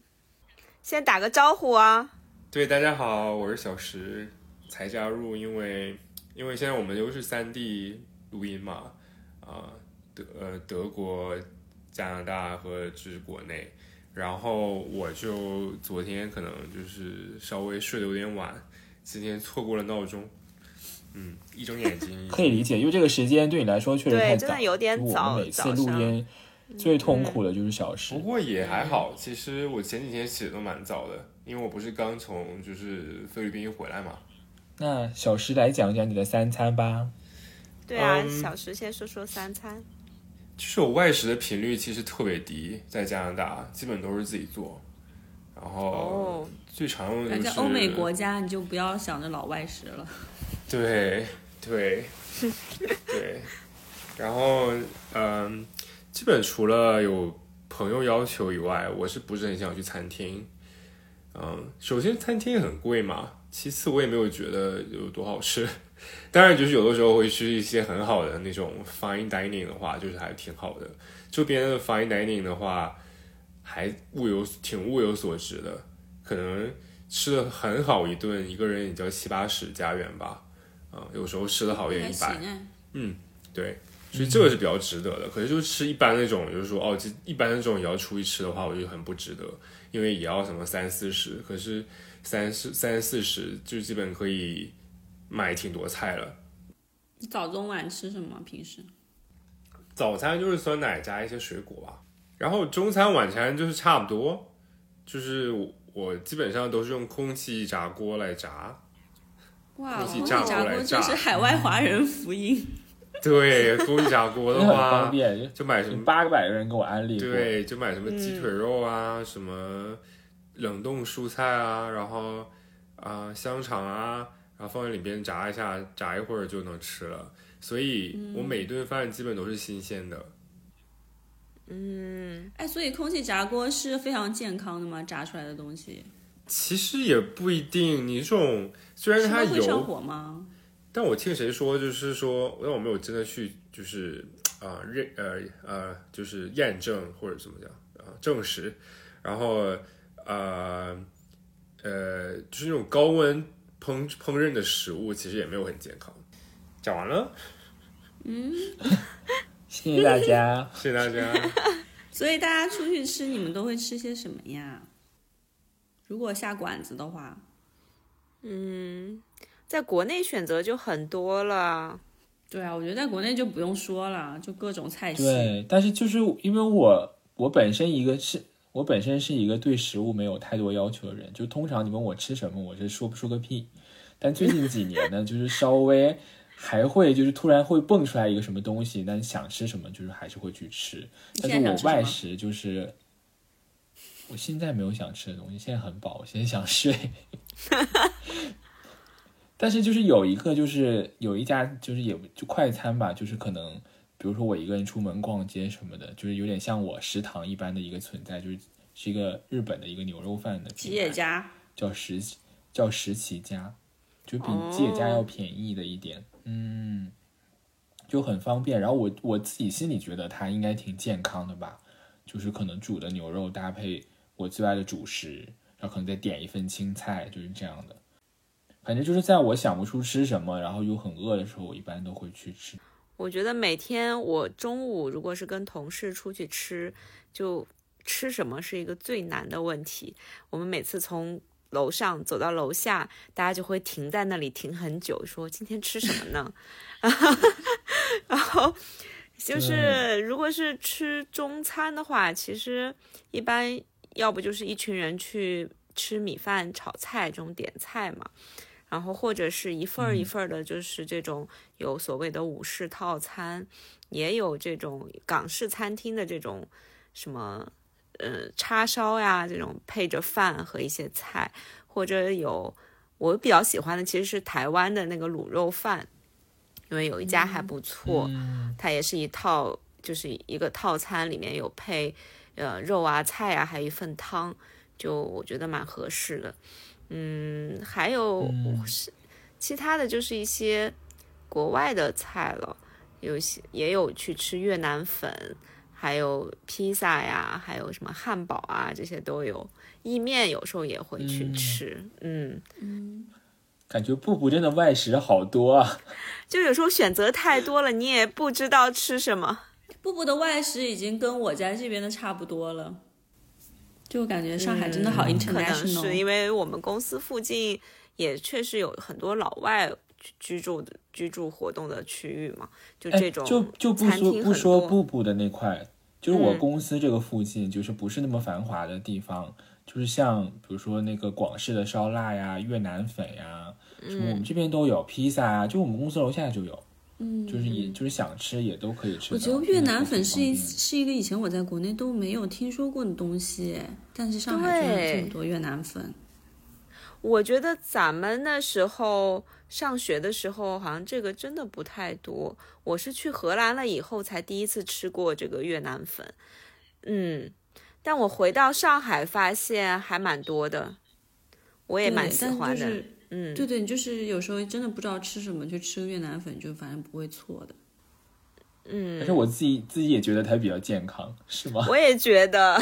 [SPEAKER 3] 先打个招呼啊！
[SPEAKER 5] 对，大家好，我是小石，才加入，因为因为现在我们都是三地录音嘛，啊、德呃德国、加拿大和就是国内，然后我就昨天可能就是稍微睡得有点晚，今天错过了闹钟，嗯，一睁眼睛
[SPEAKER 1] 可以理解，因为这个时间对你来说确实
[SPEAKER 3] 对
[SPEAKER 1] 太早，
[SPEAKER 3] 真的有点
[SPEAKER 1] 就我
[SPEAKER 3] 早
[SPEAKER 1] 们每次
[SPEAKER 3] 早
[SPEAKER 1] 录
[SPEAKER 3] 上嗯
[SPEAKER 1] 音最痛苦的就是小时
[SPEAKER 5] 不。过也还好，其实我前几天起的都蛮早的，因为我不是刚从就是菲律宾回来嘛，
[SPEAKER 1] 那小石来讲讲你的三餐吧。
[SPEAKER 3] 对啊，
[SPEAKER 5] 嗯
[SPEAKER 3] 小石先说说三餐。
[SPEAKER 5] 就是我外食的频率其实特别低，在加拿大基本都是自己做，然后
[SPEAKER 3] 哦，
[SPEAKER 5] 最常用的
[SPEAKER 2] 而
[SPEAKER 5] 就
[SPEAKER 2] 在
[SPEAKER 5] 是
[SPEAKER 2] 欧美国家你就不要想着老外食了。
[SPEAKER 5] 对对对，然后嗯，基本除了有朋友要求以外，我是不是很想去餐厅？嗯，首先餐厅很贵嘛，其次我也没有觉得有多好吃。 当然，就是有的时候会去一些很好的那种 fine dining 的话，就是还挺好的。周边的 fine dining 的话，还物有挺物有所值的，可能吃的很好一顿，一个人也就七八十加元吧。啊、有时候吃的好一点
[SPEAKER 2] 还
[SPEAKER 5] 一
[SPEAKER 2] 行
[SPEAKER 5] 百。
[SPEAKER 2] 哎，
[SPEAKER 5] 对，所以这个是比较值得的。可是就吃一般那种，就是说哦，这一般那种也要出去吃的话，我就很不值得，因为也要什么三四十，可是三四三四十就基本可以买挺多菜了。
[SPEAKER 2] 你早中晚吃什么？平时
[SPEAKER 5] 早餐就是酸奶加一些水果吧，然后中餐晚餐就是差不多，就是我我基本上都是用空气炸锅来炸。
[SPEAKER 2] 哇，
[SPEAKER 5] 空气
[SPEAKER 2] 空气
[SPEAKER 5] 炸锅
[SPEAKER 2] 炸
[SPEAKER 5] 来
[SPEAKER 2] 锅
[SPEAKER 5] 炸嗯
[SPEAKER 2] 就是海外华人福音。
[SPEAKER 5] 对，空气炸锅
[SPEAKER 1] 真
[SPEAKER 5] 的
[SPEAKER 1] 的很方
[SPEAKER 5] 话，
[SPEAKER 1] 便，就
[SPEAKER 5] 就买什
[SPEAKER 1] 有
[SPEAKER 5] 么
[SPEAKER 1] 八个百个人给我安利过。
[SPEAKER 5] 呃对，就买什么鸡
[SPEAKER 2] 嗯
[SPEAKER 5] 腿肉啊，什么冷冻蔬菜啊，然后啊、香肠啊，然后放在里边炸一下，炸一会儿就能吃了。所以我
[SPEAKER 2] 嗯
[SPEAKER 5] 每顿饭基本都是新鲜的。
[SPEAKER 3] 嗯，
[SPEAKER 2] 哎，所以空气炸锅是非常健康的吗？炸出来的东西，
[SPEAKER 5] 其实也不一定，你这种虽然
[SPEAKER 2] 吃
[SPEAKER 5] 它
[SPEAKER 2] 了会上
[SPEAKER 5] 油，
[SPEAKER 2] 火吗？
[SPEAKER 5] 但我听谁说就是说，但我没有真的去就是啊认呃呃就是验证或者怎么讲啊证实，然后呃呃就是那种高温烹烹饪的食物其实也没有很健康。讲完了，
[SPEAKER 1] 谢谢大家。
[SPEAKER 5] 谢谢大家。
[SPEAKER 2] 所以大家出去吃，你们都会吃些什么呀？如果下馆子的话，
[SPEAKER 3] 嗯在国内选择就很多了。
[SPEAKER 2] 对啊，我觉得在国内就不用说了，就各种菜系。
[SPEAKER 1] 对，但是就是因为我我本身一个是。我本身是一个对食物没有太多要求的人，就通常你问我吃什么，我是说不出个屁。但最近几年呢，就是稍微还会就是突然会蹦出来一个什么东西，但想吃什么就是还是会去吃。但是
[SPEAKER 2] 现在
[SPEAKER 1] 我
[SPEAKER 2] 想吃
[SPEAKER 1] 外
[SPEAKER 2] 什么
[SPEAKER 1] 食就是，我现在没有想吃的东西，现在很饱，我现在想 睡。但是就是有一个就是有一家就是也就快餐吧，就是可能比如说我一个人出门逛街什么的，就是有点像我食堂一般的一个存在，就是是一个日本的一个牛肉饭的
[SPEAKER 2] 吉
[SPEAKER 1] 品
[SPEAKER 2] 野
[SPEAKER 1] 牌，
[SPEAKER 2] 家，
[SPEAKER 1] 叫石叫石崎家，就比
[SPEAKER 3] 哦
[SPEAKER 1] 吉野家要便宜的一点，嗯，就很方便。然后我我自己心里觉得它应该挺健康的吧，就是可能煮的牛肉搭配我最爱的主食，然后可能再点一份青菜，就是这样的。反正就是在我想不出吃什么，然后又很饿的时候，我一般都会去吃。
[SPEAKER 3] 我觉得每天我中午如果是跟同事出去吃，就吃什么是一个最难的问题。我们每次从楼上走到楼下，大家就会停在那里停很久，说今天吃什么呢？ 然后就是
[SPEAKER 1] 对
[SPEAKER 3] 如果是吃中餐的话，其实一般要不就是一群人去吃米饭、炒菜这种点菜嘛，然后或者是一份儿一份儿的，就是这种有所谓的武士套餐，也有这种港式餐厅的这种什么呃叉烧呀这种配着饭和一些菜，或者有我比较喜欢的其实是台湾的那个卤肉饭，因为有一家还不错，它也是一套就是一个套餐里面有配呃肉啊菜啊，还有一份汤，就我觉得蛮合适的。嗯，还有是、其他的就是一些国外的菜了，有些也有去吃越南粉，还有披萨呀，还有什么汉堡啊，这些都有。意面有时候也会去
[SPEAKER 1] 嗯
[SPEAKER 3] 吃，嗯，
[SPEAKER 1] 感觉布布真的外食好多啊！
[SPEAKER 3] 就有时候选择太多了，你也不知道吃什么。
[SPEAKER 2] 布布的外食已经跟我在这边的差不多了，就感觉上海真的好
[SPEAKER 3] 嗯可能
[SPEAKER 2] international，、
[SPEAKER 3] 是因为我们公司附近也确实有很多老外居居住的居住活动的区域嘛，就
[SPEAKER 1] 哎
[SPEAKER 3] 这种
[SPEAKER 1] 就就不
[SPEAKER 3] 餐厅
[SPEAKER 1] 说
[SPEAKER 3] 很
[SPEAKER 1] 不说
[SPEAKER 3] 多
[SPEAKER 1] 布布的那块，就是我
[SPEAKER 3] 嗯
[SPEAKER 1] 公司这个附近，就是不是那么繁华的地方，就是像比如说那个广式的烧腊呀、越南粉呀，什么我
[SPEAKER 3] 嗯
[SPEAKER 1] 们这边都有，披萨呀，就我们公司楼下就有，嗯，就是也就是想吃也都可以吃到。
[SPEAKER 2] 我觉得越南粉是一
[SPEAKER 1] 嗯
[SPEAKER 2] 是一个以前我在国内都没有听说过的东西，哎但是上海居然有这么多越南粉。
[SPEAKER 3] 我觉得咱们那时候上学的时候，好像这个真的不太多。我是去荷兰了以后才第一次吃过这个越南粉，嗯，但我回到上海发现还蛮多的，我也
[SPEAKER 2] 对
[SPEAKER 3] 蛮喜
[SPEAKER 2] 但
[SPEAKER 3] 欢
[SPEAKER 2] 就
[SPEAKER 3] 的。
[SPEAKER 2] 是
[SPEAKER 3] 嗯，
[SPEAKER 2] 对对，你就是有时候真的不知道吃什么，就吃个越南粉，就反正不会错的。
[SPEAKER 1] 而且我自己自己也觉得它比较健康，是吗？
[SPEAKER 3] 嗯我也觉得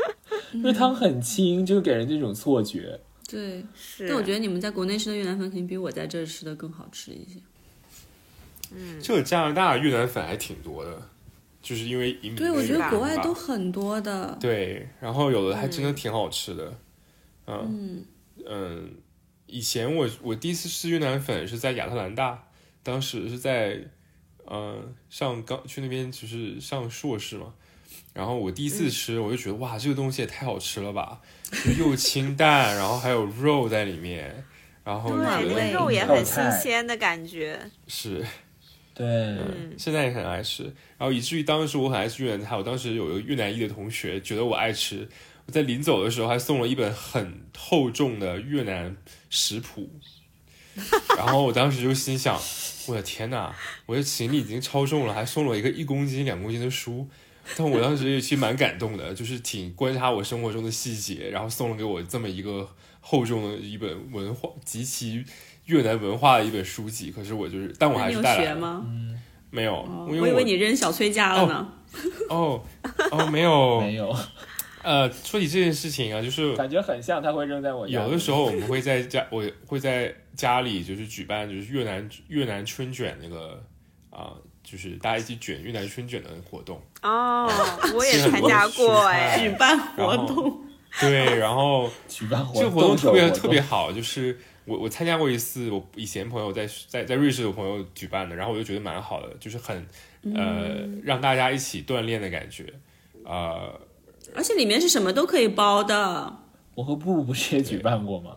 [SPEAKER 1] 因为汤很清，就给人这种错觉。
[SPEAKER 2] 对，
[SPEAKER 3] 是。啊
[SPEAKER 2] 但我觉得你们在国内吃的越南粉肯定比我在这儿吃的更好吃一
[SPEAKER 3] 嗯
[SPEAKER 2] 些。
[SPEAKER 5] 就加拿大越南粉还挺多的，就是因为移民
[SPEAKER 2] 对，
[SPEAKER 5] 的
[SPEAKER 2] 我觉
[SPEAKER 5] 原
[SPEAKER 2] 得
[SPEAKER 5] 因
[SPEAKER 2] 国外
[SPEAKER 5] 吧
[SPEAKER 2] 都很多的。
[SPEAKER 5] 对，然后有的还真的挺好吃的，嗯嗯以前我我第一次吃越南粉是在亚特兰大，当时是在呃上刚去那边就是上硕士嘛，然后我第一
[SPEAKER 3] 嗯
[SPEAKER 5] 次吃我就觉得、哇这个东西也太好吃了吧，就又清淡，然后还有肉在里面，然后
[SPEAKER 3] 对，
[SPEAKER 5] 觉
[SPEAKER 3] 那个
[SPEAKER 5] 得嗯
[SPEAKER 2] 对
[SPEAKER 3] 肉也
[SPEAKER 1] 泡
[SPEAKER 3] 很新
[SPEAKER 1] 菜
[SPEAKER 3] 鲜的感觉。
[SPEAKER 5] 是
[SPEAKER 1] 对，
[SPEAKER 3] 嗯
[SPEAKER 5] 现在也很爱吃，然后以至于当时我很爱吃越南菜。我当时有一个越南裔的同学觉得我爱吃，我在临走的时候还送了一本很厚重的越南食谱，然后我当时就心想，我的天呐，我的行李已经超重了，还送了我一个一公斤、两公斤的书。但我当时也其实蛮感动的，就是挺观察我生活中的细节，然后送了给我这么一个厚重的一本文化极其越南文化的一本书籍。可是我就是，但我
[SPEAKER 2] 那
[SPEAKER 5] 还
[SPEAKER 2] 你
[SPEAKER 5] 是
[SPEAKER 2] 有
[SPEAKER 5] 带来
[SPEAKER 2] 学
[SPEAKER 5] 了
[SPEAKER 2] 吗？
[SPEAKER 5] 没有，
[SPEAKER 2] 哦
[SPEAKER 5] 因
[SPEAKER 2] 我以
[SPEAKER 5] 为
[SPEAKER 2] 为你扔小崔家了呢。
[SPEAKER 5] 哦哦没 有
[SPEAKER 1] 没有，
[SPEAKER 5] 呃，说起这件事情啊，就是
[SPEAKER 1] 感觉很像，它会扔在我家
[SPEAKER 5] 有的时候我们会在家，我会在家里就是举办就是越南越南春卷那个啊、就是大家一起卷越南春卷的活动，
[SPEAKER 3] 哦，我也
[SPEAKER 5] 是很
[SPEAKER 3] 参
[SPEAKER 5] 多
[SPEAKER 3] 加
[SPEAKER 5] 蔬
[SPEAKER 3] 过
[SPEAKER 5] 菜
[SPEAKER 3] 哎，
[SPEAKER 2] 举办活
[SPEAKER 5] 然后
[SPEAKER 2] 动，
[SPEAKER 5] 对，然后
[SPEAKER 1] 举办活
[SPEAKER 5] 这个
[SPEAKER 1] 动，
[SPEAKER 5] 活动特别
[SPEAKER 1] 手活
[SPEAKER 5] 特
[SPEAKER 1] 动
[SPEAKER 5] 别好，就是我我参加过一次，我以前朋友在在在瑞士有朋友举办的，然后我就觉得蛮好的，就是很呃、让大家一起锻炼的感觉，呃，
[SPEAKER 2] 而且里面是什么都可以包的。
[SPEAKER 1] 我和布布不是也举办过吗？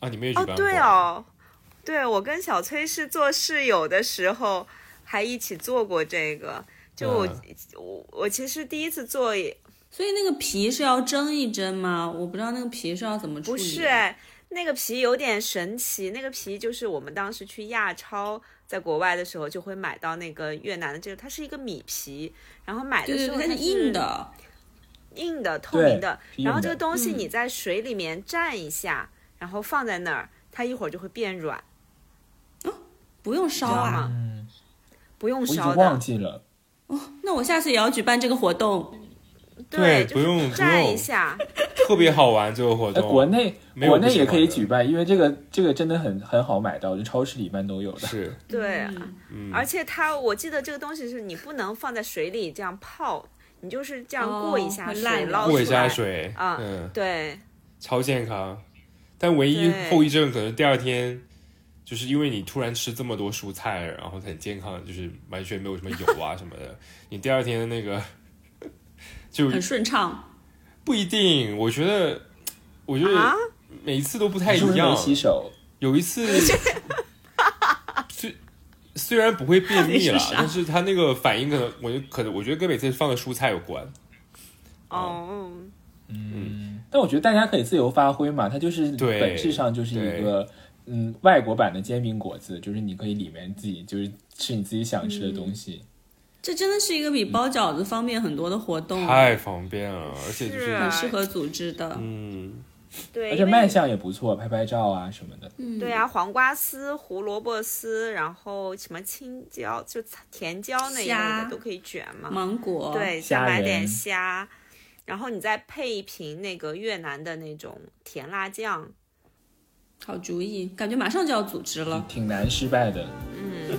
[SPEAKER 5] 啊，你们也举
[SPEAKER 3] 哦
[SPEAKER 5] 办，过？
[SPEAKER 3] 对哦，对我跟小崔是做室友的时候还一起做过这个。就我、我我其实第一次做也
[SPEAKER 2] 所以那个皮是要蒸一蒸吗？我不知道那个皮是要怎么处
[SPEAKER 3] 不
[SPEAKER 2] 理的。
[SPEAKER 3] 是哎，那个皮有点神奇，那个皮就是我们当时去亚超，在国外的时候就会买到那个越南的这个，它是一个米皮，然后买
[SPEAKER 2] 对
[SPEAKER 3] 的
[SPEAKER 2] 对
[SPEAKER 3] 时候
[SPEAKER 2] 对，它
[SPEAKER 3] 是
[SPEAKER 2] 是硬，的。
[SPEAKER 3] 硬的透明的，
[SPEAKER 1] 是硬
[SPEAKER 3] 然后这
[SPEAKER 1] 的
[SPEAKER 3] 个东西
[SPEAKER 2] 嗯
[SPEAKER 3] 你在水里面蘸一下，然后放在那儿，它一会儿就会变软，
[SPEAKER 2] 不用烧
[SPEAKER 3] 知道
[SPEAKER 2] 啊。
[SPEAKER 3] 吗？
[SPEAKER 5] 嗯
[SPEAKER 3] 不用
[SPEAKER 1] 我已
[SPEAKER 3] 烧
[SPEAKER 1] 经
[SPEAKER 3] 的，
[SPEAKER 1] 忘记了。
[SPEAKER 2] 哦那我下次也要举办这个活动。
[SPEAKER 5] 对
[SPEAKER 3] 就
[SPEAKER 5] 不
[SPEAKER 3] 是
[SPEAKER 5] 用不
[SPEAKER 3] 蘸一
[SPEAKER 5] 用
[SPEAKER 3] 下，
[SPEAKER 5] 特别好玩这个活
[SPEAKER 1] 哎，
[SPEAKER 5] 动。
[SPEAKER 1] 国内
[SPEAKER 5] 哦没有
[SPEAKER 1] 国
[SPEAKER 5] 不
[SPEAKER 1] 内
[SPEAKER 5] 喜
[SPEAKER 1] 也可以
[SPEAKER 5] 欢的
[SPEAKER 1] 举办，因为这个这个真的很很好买到，就超市里一般都有的。
[SPEAKER 5] 是，
[SPEAKER 3] 对啊，
[SPEAKER 5] 嗯，
[SPEAKER 3] 而且它我记得这个东西是你不能放在水里这样泡，你就是这样
[SPEAKER 2] 哦
[SPEAKER 3] 过一下
[SPEAKER 2] 会
[SPEAKER 3] 水，
[SPEAKER 2] 烂的
[SPEAKER 3] 捞出来，
[SPEAKER 5] 过一下水
[SPEAKER 3] 啊
[SPEAKER 5] 嗯，
[SPEAKER 3] 对。
[SPEAKER 5] 超健康。但唯一
[SPEAKER 3] 对
[SPEAKER 5] 后遗症可能第二天，就是因为你突然吃这么多蔬菜，然后很健康，就是完全没有什么油啊什么的，你第二天的那个 就
[SPEAKER 2] 很顺畅，
[SPEAKER 5] 不一定。我觉得，我觉
[SPEAKER 3] 啊
[SPEAKER 5] 得每一次都不太
[SPEAKER 1] 你是不
[SPEAKER 5] 一
[SPEAKER 1] 是没
[SPEAKER 5] 样。
[SPEAKER 1] 洗手？
[SPEAKER 5] 有一次， 虽虽然不会便秘
[SPEAKER 2] 到底
[SPEAKER 5] 了
[SPEAKER 2] 是，啥
[SPEAKER 5] 但是他那个反应可能，我就可能我觉得跟每次放的蔬菜有关。
[SPEAKER 3] 哦，
[SPEAKER 1] 但我觉得大家可以自由发挥嘛，它就是
[SPEAKER 5] 嗯对
[SPEAKER 1] 本质上就是一个嗯外国版的煎饼果子，就是你可以里面自己就是吃你自己想吃的东
[SPEAKER 3] 嗯
[SPEAKER 1] 西。
[SPEAKER 2] 这真的是一个比包饺子方便很多的活动，
[SPEAKER 5] 太方便了，而且就是是
[SPEAKER 2] 很适合组织的。
[SPEAKER 5] 嗯，
[SPEAKER 3] 对，
[SPEAKER 1] 而
[SPEAKER 3] 因
[SPEAKER 1] 且
[SPEAKER 3] 为
[SPEAKER 1] 卖相也不错，拍拍照啊什么的。
[SPEAKER 2] 嗯
[SPEAKER 3] 对啊，黄瓜丝、胡萝卜丝，然后什么青椒，就甜椒那一类
[SPEAKER 2] 虾
[SPEAKER 3] 的都可以卷嘛。
[SPEAKER 2] 芒果，
[SPEAKER 3] 对，
[SPEAKER 1] 哦虾
[SPEAKER 3] 再买点
[SPEAKER 1] 仁
[SPEAKER 3] 虾，然后你再配一瓶那个越南的那种甜辣酱。
[SPEAKER 2] 好主意，感觉马上就要组织
[SPEAKER 5] 嗯
[SPEAKER 2] 了。
[SPEAKER 1] 挺难失败的，
[SPEAKER 3] 嗯，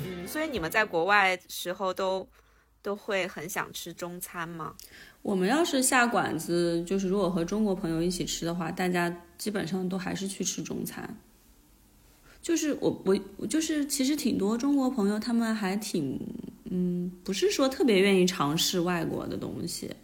[SPEAKER 3] 嗯，所以你们在国外时候都都会很想吃中餐吗？
[SPEAKER 2] 我们要是下馆子，就是如果和中国朋友一起吃的话，大家基本上都还是去吃中餐。就是我我我就是其实挺多中国朋友，他们还挺嗯，不是说特别愿意尝试外国的东西，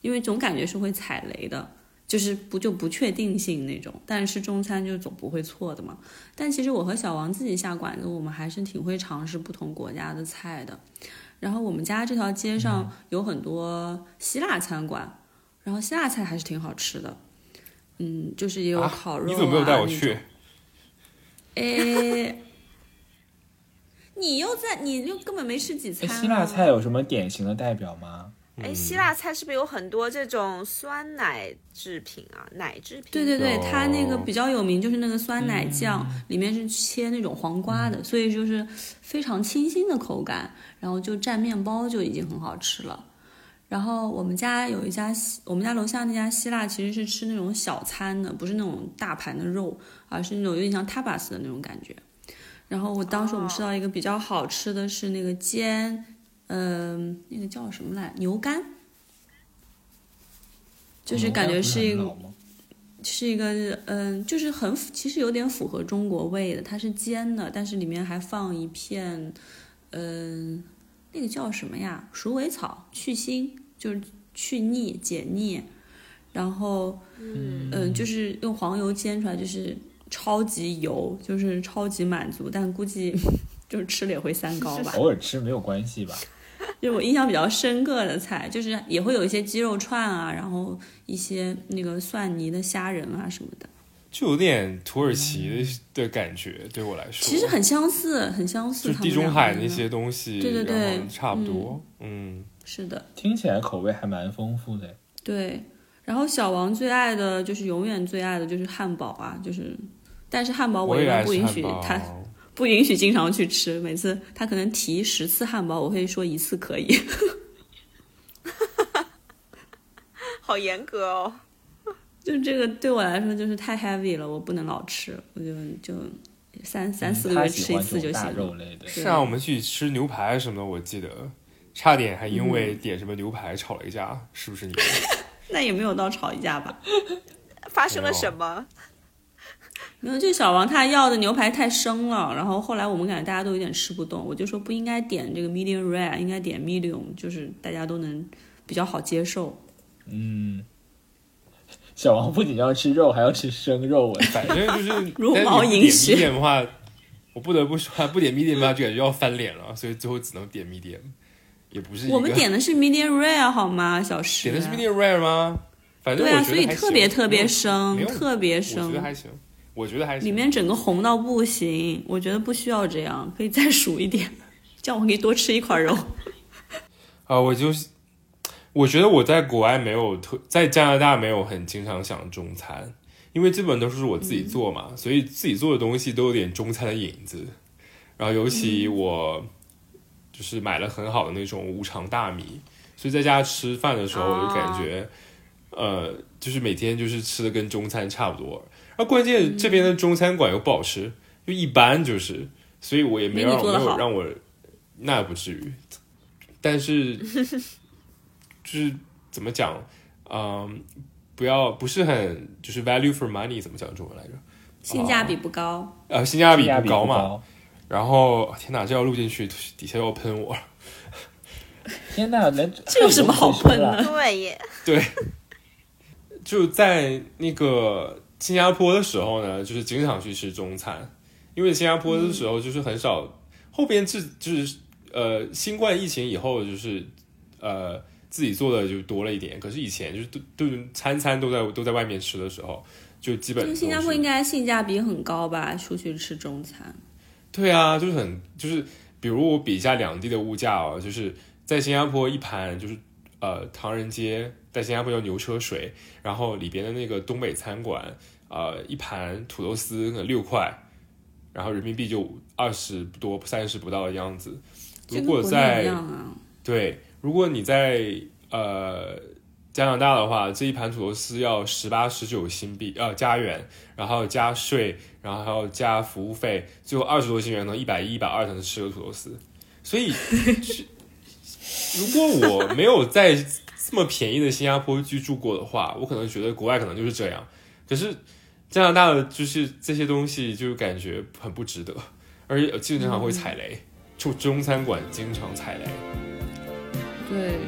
[SPEAKER 2] 因为总感觉是会踩雷的，就是不就不确定性那种。但是中餐就总不会错的嘛。但其实我和小王自己下馆子，我们还是挺会尝试不同国家的菜的。然后我们家这条街
[SPEAKER 5] 嗯
[SPEAKER 2] 上有很多希腊餐馆，然后希腊菜还是挺好吃的。嗯，就是也有
[SPEAKER 5] 啊
[SPEAKER 2] 烤肉、啊
[SPEAKER 5] 你怎么没有带我去？
[SPEAKER 2] 诶， 你又在，你又根本没吃几
[SPEAKER 1] 哎，
[SPEAKER 2] 餐、啊。
[SPEAKER 1] 希腊菜有什么典型的代表吗？
[SPEAKER 3] 哎，希腊菜是不是有很多这种酸奶制品啊？奶制品？
[SPEAKER 2] 对对对，
[SPEAKER 5] 哦
[SPEAKER 2] 它那个比较有名就是那个酸奶
[SPEAKER 1] 嗯
[SPEAKER 2] 酱，里面是切那种黄瓜的，所以就是非常清新的口感，然后就蘸面包就已经很好吃了。然后我们家有一家西，我们家楼下那家希腊其实是吃那种小餐的，不是那种大盘的肉，而是那种有点像 tapas 的那种感觉。然后我当时我们吃到一个比较好吃的是那个煎，嗯、那个叫什么来，牛肝，就是感觉是一个
[SPEAKER 1] 我们家不很老吗
[SPEAKER 2] 是一个嗯，就是很符其实有点符合中国味的，它是煎的，但是里面还放一片嗯，那个叫什么呀？鼠尾草去腥，就是去腻解腻，然后嗯就是用黄油煎出来，就是超级油，就是超级满足，但估计 就是吃了也会三高 吧。
[SPEAKER 1] 偶尔吃没有关系吧？
[SPEAKER 2] 就是我印象比较深刻的菜，就是也会有一些鸡肉串啊，然后一些那个蒜泥的虾仁啊什么的。
[SPEAKER 5] 就有点土耳其的感觉，对我来
[SPEAKER 2] 嗯
[SPEAKER 5] 说，
[SPEAKER 2] 其实很相似，很相似。
[SPEAKER 5] 就
[SPEAKER 2] 他
[SPEAKER 5] 地
[SPEAKER 2] 们
[SPEAKER 5] 中
[SPEAKER 2] 两
[SPEAKER 5] 海
[SPEAKER 2] 个
[SPEAKER 5] 那
[SPEAKER 2] 人
[SPEAKER 5] 些东西，
[SPEAKER 2] 对对对
[SPEAKER 5] 然后差不多，嗯，
[SPEAKER 2] 是的，
[SPEAKER 1] 听起来口味还蛮丰富的。
[SPEAKER 2] 对。然后小王最爱的就是永远最爱的就是汉堡啊，就是，但是汉堡啊我
[SPEAKER 5] 也
[SPEAKER 2] 一般
[SPEAKER 5] 爱
[SPEAKER 2] 不
[SPEAKER 5] 吃
[SPEAKER 2] 允
[SPEAKER 5] 汉
[SPEAKER 2] 许
[SPEAKER 5] 堡。
[SPEAKER 2] 他不允许经常去吃，每次他可能提十次汉堡，我会说一次可以。
[SPEAKER 3] 好严格哦。
[SPEAKER 2] 就这个对我来说就是太 heavy 了，我不能老吃，我就就三
[SPEAKER 5] 嗯
[SPEAKER 2] 三四个
[SPEAKER 1] 嗯他
[SPEAKER 2] 月
[SPEAKER 1] 喜
[SPEAKER 2] 吃一
[SPEAKER 1] 欢这
[SPEAKER 2] 次就
[SPEAKER 1] 种大
[SPEAKER 2] 行
[SPEAKER 1] 肉
[SPEAKER 2] 了。
[SPEAKER 1] 类的，
[SPEAKER 5] 是啊，我们去吃牛
[SPEAKER 2] 嗯
[SPEAKER 5] 排什么的，我记得差点还因为点什么牛排吵了一架，是不是你们？
[SPEAKER 2] 那也没有到吵一架吧？
[SPEAKER 3] 发生了
[SPEAKER 5] 没有
[SPEAKER 3] 什么？
[SPEAKER 2] 没有，就小王他要的牛排太生了，然后后来我们感觉大家都有点吃不动，我就说不应该点这个 medium rare，应该点 medium，就是大家都能比较好接受。
[SPEAKER 1] 嗯，小王不仅要吃肉，还要吃生肉，啊我
[SPEAKER 5] 反正就是
[SPEAKER 2] 茹
[SPEAKER 5] 但是
[SPEAKER 2] 毛
[SPEAKER 5] 你不
[SPEAKER 2] 饮
[SPEAKER 5] 点
[SPEAKER 2] 血
[SPEAKER 5] medium 的话，我不得不说，不点 medium 的话就感觉要翻脸了，所以最后只能点 medium，也不是一个
[SPEAKER 2] 我们点的是 medium rare 好吗，小石？
[SPEAKER 5] 点的是 medium rare 吗？反正
[SPEAKER 2] 啊对
[SPEAKER 5] 我
[SPEAKER 2] 啊，
[SPEAKER 5] 觉得
[SPEAKER 2] 所以
[SPEAKER 5] 还
[SPEAKER 2] 特
[SPEAKER 5] 行
[SPEAKER 2] 别特
[SPEAKER 5] 没
[SPEAKER 2] 别
[SPEAKER 5] 有
[SPEAKER 2] 生
[SPEAKER 5] 没，有
[SPEAKER 2] 特别
[SPEAKER 5] 我觉得
[SPEAKER 2] 生，
[SPEAKER 5] 还行，我觉得还行。
[SPEAKER 2] 里面整个红到不行，我觉得不需要这样，可以再数一 点，这样我可以多吃一块肉。
[SPEAKER 5] 哦啊、我就是，我觉得我在国外没有特，在加拿大没有很经常想中餐，因为基本都是我自己
[SPEAKER 2] 嗯
[SPEAKER 5] 做嘛，所以自己做的东西都有点中餐的影子。然后尤
[SPEAKER 2] 嗯
[SPEAKER 5] 其我就是买了很好的那种无糖大米，所以在家吃饭的时候，我
[SPEAKER 2] 啊
[SPEAKER 5] 就感觉，呃，就是每天就是吃的跟中餐差不多。而关键这
[SPEAKER 2] 嗯
[SPEAKER 5] 边的中餐馆又不好吃，就一般就是，所以我也没
[SPEAKER 2] 没
[SPEAKER 5] 让
[SPEAKER 2] 你做
[SPEAKER 5] 没
[SPEAKER 2] 得
[SPEAKER 5] 有
[SPEAKER 2] 好
[SPEAKER 5] 让我，那不至于，但 是就是怎么讲，嗯、不要不是很就是 value for money 怎么讲中文来着？
[SPEAKER 2] 性价比不高，
[SPEAKER 5] 呃，性 价
[SPEAKER 1] 性
[SPEAKER 5] 比
[SPEAKER 1] 价
[SPEAKER 5] 不
[SPEAKER 1] 比
[SPEAKER 5] 高
[SPEAKER 1] 不
[SPEAKER 5] 嘛。
[SPEAKER 1] 高。
[SPEAKER 5] 然后天哪，这要录进去，底下要喷我。
[SPEAKER 1] 天呐，连
[SPEAKER 2] 这有什么好喷的
[SPEAKER 1] 的？
[SPEAKER 3] 对 耶，
[SPEAKER 5] 对，就在那个新加坡的时候呢，就是经常去吃中餐，因为新加坡的时候就是很少，后边自就是呃新冠疫情以后就是呃自己做的就多了一点，可是以前就是都都餐餐都在都在外面吃的时候，就基本
[SPEAKER 2] 就
[SPEAKER 5] 都
[SPEAKER 2] 是
[SPEAKER 5] 是
[SPEAKER 2] 新加坡应该性价比很高吧？出去吃中餐，
[SPEAKER 5] 对啊，就是很就是，比如我比一下两地的物价哦，就是在新加坡一盘就是呃唐人街，在新加坡叫牛车水，然后里边的那个东北餐馆，呃一盘土豆丝可能六块，然后人民币就二十多三十不到的样子。
[SPEAKER 2] 就
[SPEAKER 5] 如
[SPEAKER 2] 跟
[SPEAKER 5] 果
[SPEAKER 2] 国内
[SPEAKER 5] 在
[SPEAKER 2] 一样啊。
[SPEAKER 5] 对，如果你在呃加拿大的话，这一盘土豆丝要十八十九新币呃加元，然后还要加税，然后还要加服务费，最后二十多新元，可能一百一、一百二才能吃个土豆丝。所以是，如果我没有在这么便宜的新加坡居住过的话，我可能觉得国外可能就是这样。可是加拿大的就是这些东西，就感觉很不值得，而且经常会踩雷，就中餐馆经常踩雷。
[SPEAKER 2] 对，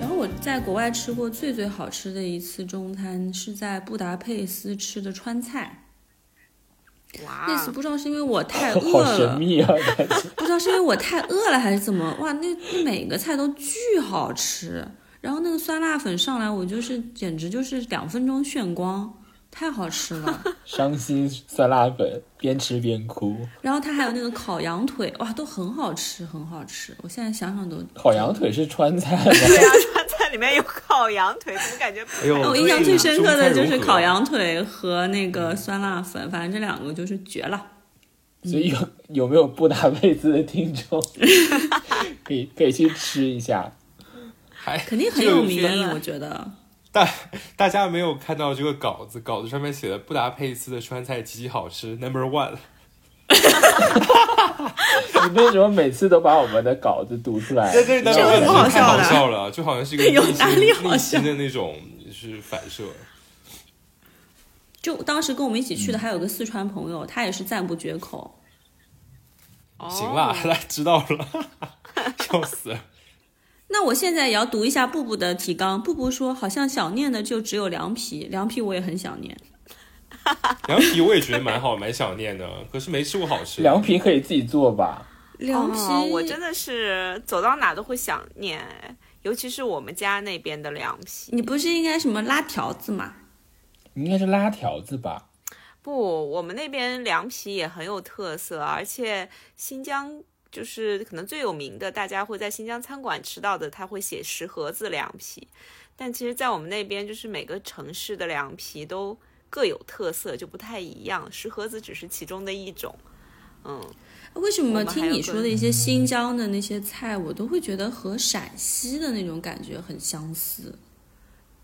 [SPEAKER 2] 然后我在国外吃过最最好吃的一次中餐是在布达佩斯吃的川菜。
[SPEAKER 3] 哇，
[SPEAKER 2] 哦
[SPEAKER 3] 哦
[SPEAKER 2] 那次不知道是因为我太饿
[SPEAKER 1] 好神
[SPEAKER 2] 了，
[SPEAKER 1] 秘啊！感觉
[SPEAKER 2] 不知道是因为我太饿了还是怎么，哇，那那每个菜都巨好吃。然后那个酸辣粉上来，我就是简直就是两分钟炫光，太好吃了。
[SPEAKER 1] 伤心酸辣粉，边吃边哭。
[SPEAKER 2] 然后它还有那个烤羊腿，哇，都很好吃，很好吃。我现在想想都，
[SPEAKER 5] 哦
[SPEAKER 1] 烤羊腿是川菜吗？
[SPEAKER 3] 对啊，川菜里面有烤羊腿，怎么感觉不
[SPEAKER 5] 哎呦，
[SPEAKER 2] 我
[SPEAKER 5] 对
[SPEAKER 2] 印象最深刻的就
[SPEAKER 5] 中餐啊
[SPEAKER 2] 是
[SPEAKER 5] 融合嗯
[SPEAKER 2] 烤羊腿和那个酸辣粉，反正这两个就是绝了。
[SPEAKER 1] 所以有
[SPEAKER 2] 嗯
[SPEAKER 1] 有没有布达佩斯的听众， 可以可以去吃一下？
[SPEAKER 5] 还
[SPEAKER 2] 肯定很
[SPEAKER 5] 这个
[SPEAKER 2] 有
[SPEAKER 3] 绝
[SPEAKER 2] 名，
[SPEAKER 3] 了
[SPEAKER 2] 我觉得。
[SPEAKER 5] 大大家没有看到这个稿子，稿子上面写的布达佩斯的川菜极其好吃，Number One。
[SPEAKER 1] 你为什么每次都把我们的稿子读出 来？
[SPEAKER 5] 在这 Number
[SPEAKER 2] 这
[SPEAKER 5] One
[SPEAKER 2] 有什么好
[SPEAKER 5] 太
[SPEAKER 2] 笑
[SPEAKER 5] 好
[SPEAKER 2] 的
[SPEAKER 5] 笑了，就好像是一个
[SPEAKER 2] 有
[SPEAKER 5] 内
[SPEAKER 2] 哪里
[SPEAKER 5] 心
[SPEAKER 2] 好
[SPEAKER 5] 内心
[SPEAKER 2] 笑
[SPEAKER 5] 的那种就是反射。
[SPEAKER 2] 就当时跟我们一起去的还有个四川朋友，他也是赞不绝口。哦
[SPEAKER 5] 行啦， 大家知道了，笑死了。
[SPEAKER 2] 那我现在也要读一下布布的提纲。布布说，好像想念的就只有凉皮，凉皮我也很想念。
[SPEAKER 5] 凉皮我也觉得蛮好，蛮想念的，可是没吃过好吃的。
[SPEAKER 1] 凉皮可以自己做吧？
[SPEAKER 2] 凉皮，
[SPEAKER 3] 哦我真的是走到哪都会想念，哎尤其是我们家那边的凉皮。
[SPEAKER 2] 你不是应该什么拉条子吗？
[SPEAKER 1] 你应该是拉条子吧？
[SPEAKER 3] 不，我们那边凉皮也很有特色，而且新疆就是可能最有名的，大家会在新疆餐馆吃到的，它会写十盒子凉皮。但其实，在我们那边，就是每个城市的凉皮都各有特色，就不太一样。十盒子只是其中的一种。嗯，
[SPEAKER 2] 为什
[SPEAKER 3] 我
[SPEAKER 2] 么
[SPEAKER 3] 们还
[SPEAKER 2] 听
[SPEAKER 3] 有
[SPEAKER 2] 你
[SPEAKER 3] 个
[SPEAKER 2] 说的一些新疆的那些菜，我都会觉得和陕西的那种感觉很相似？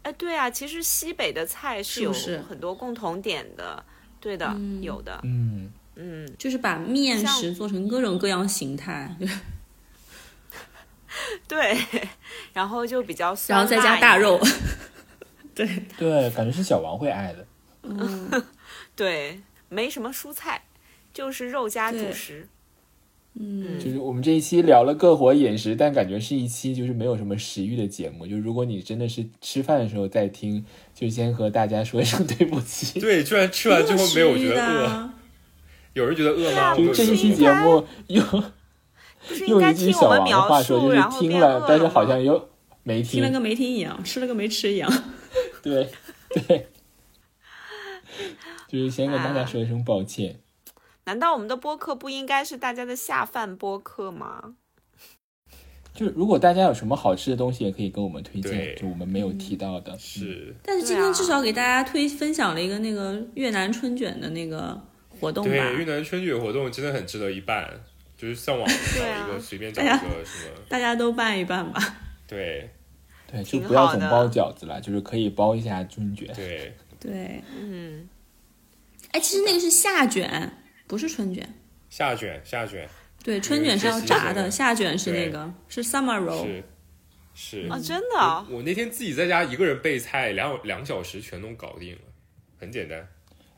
[SPEAKER 3] 哎，对啊，其实西北的菜
[SPEAKER 2] 是
[SPEAKER 3] 有
[SPEAKER 2] 不是
[SPEAKER 3] 很多共同点的。对的，有的，
[SPEAKER 1] 嗯，
[SPEAKER 3] 嗯，
[SPEAKER 2] 就是把面
[SPEAKER 3] 像
[SPEAKER 2] 食做成各种各样形态，
[SPEAKER 3] 对， 然后就比较酸，
[SPEAKER 2] 然后再加大肉，，
[SPEAKER 1] 对，感觉是小王会爱的。
[SPEAKER 2] 嗯
[SPEAKER 3] 对，没什么蔬菜，就是肉加主
[SPEAKER 2] 对
[SPEAKER 3] 食，
[SPEAKER 2] 嗯，
[SPEAKER 1] 就是我们这一期聊了各国饮食，但感觉是一期就是没有什么食欲的节目。就如果你真的是吃饭的时候在听，就先和大家说一声对不 起。
[SPEAKER 5] 对，居然吃完之后没有觉得
[SPEAKER 2] 啊
[SPEAKER 5] 饿，有人觉得饿吗？我
[SPEAKER 1] 就
[SPEAKER 5] 没
[SPEAKER 1] 是
[SPEAKER 5] 有
[SPEAKER 1] 这一
[SPEAKER 5] 觉
[SPEAKER 1] 期
[SPEAKER 5] 得饿
[SPEAKER 1] 节目又
[SPEAKER 3] 不 是应
[SPEAKER 1] 用
[SPEAKER 3] 该
[SPEAKER 1] 一句
[SPEAKER 3] 听
[SPEAKER 1] 小
[SPEAKER 3] 我们
[SPEAKER 1] 王的
[SPEAKER 3] 描
[SPEAKER 1] 话说，
[SPEAKER 3] 述，
[SPEAKER 1] 就是
[SPEAKER 3] 然后
[SPEAKER 1] 听
[SPEAKER 3] 变饿
[SPEAKER 1] 了，但是好
[SPEAKER 3] 吗
[SPEAKER 1] 像又没听
[SPEAKER 2] 听
[SPEAKER 5] 嗯
[SPEAKER 2] 了。跟没听一样，吃了跟没吃一样。
[SPEAKER 1] 对 对，就是先跟大家说一声抱歉。
[SPEAKER 3] 难道我们的播客不应该是大家的下饭播客吗？
[SPEAKER 1] 就是如果大家有什么好吃的东西，也可以跟我们推荐
[SPEAKER 5] 对，
[SPEAKER 1] 就我们没有提到
[SPEAKER 3] 嗯
[SPEAKER 1] 的。嗯
[SPEAKER 5] 是，
[SPEAKER 2] 但是今
[SPEAKER 3] 对啊
[SPEAKER 2] 天至少给大家推分享了一个那个越南春卷的那个活动
[SPEAKER 5] 对
[SPEAKER 2] 吧，
[SPEAKER 5] 越南春卷活动真的很值得一办，就是上 网找一
[SPEAKER 3] 啊
[SPEAKER 5] 个随便找一个什么，
[SPEAKER 2] 大家都办一办吧。
[SPEAKER 5] 对
[SPEAKER 1] 对，就
[SPEAKER 3] 挺
[SPEAKER 1] 不要
[SPEAKER 3] 好
[SPEAKER 1] 总
[SPEAKER 3] 的
[SPEAKER 1] 包饺子了，就是可以包一下春卷。
[SPEAKER 5] 对，
[SPEAKER 2] 对，
[SPEAKER 3] 嗯，
[SPEAKER 2] 哎，其实那个是夏卷，不是春卷。
[SPEAKER 5] 下卷下卷
[SPEAKER 2] 对，春卷是要炸
[SPEAKER 5] 是
[SPEAKER 2] 的，
[SPEAKER 5] 是
[SPEAKER 2] 夏卷是那个是 summer roll。
[SPEAKER 5] 是是
[SPEAKER 1] 嗯
[SPEAKER 3] 哦，真的哦、
[SPEAKER 5] 我那天自己在家一个人备菜，两两小时全弄搞定了，很简单，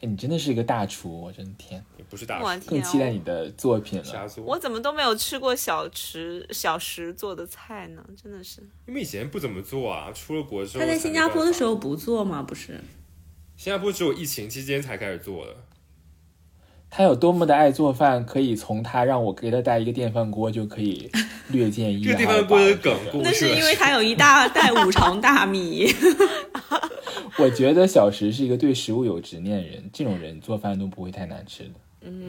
[SPEAKER 1] 哎，你真的是一个大厨，我真的天，
[SPEAKER 5] 也不是大
[SPEAKER 3] 我
[SPEAKER 5] 事
[SPEAKER 1] 更
[SPEAKER 3] 天、
[SPEAKER 1] 期待
[SPEAKER 3] 啊，
[SPEAKER 1] 你的作品
[SPEAKER 5] 瞎
[SPEAKER 1] 了。
[SPEAKER 5] 做。
[SPEAKER 3] 我怎么都没有吃过小吃小食做的菜呢？真的是，
[SPEAKER 5] 因为以前不怎么做啊，出了国之后
[SPEAKER 2] 他在
[SPEAKER 5] 才
[SPEAKER 2] 新
[SPEAKER 5] 没
[SPEAKER 2] 加
[SPEAKER 5] 办
[SPEAKER 2] 坡的
[SPEAKER 5] 法
[SPEAKER 2] 时，候不做吗？不是，
[SPEAKER 5] 新加坡只有疫情期间才开始做的。
[SPEAKER 1] 他有多么的爱做饭，可以从他让我给他带一个电饭锅就可以略见一
[SPEAKER 5] 这个
[SPEAKER 1] 二吧。
[SPEAKER 5] 电饭锅的
[SPEAKER 1] 我觉
[SPEAKER 5] 梗
[SPEAKER 1] 得
[SPEAKER 5] 故
[SPEAKER 2] 那
[SPEAKER 5] 事
[SPEAKER 2] 是因为他有一大袋五常大米。
[SPEAKER 1] 我觉得小石是一个对食物有执念人，这种人做饭都不会太难吃的。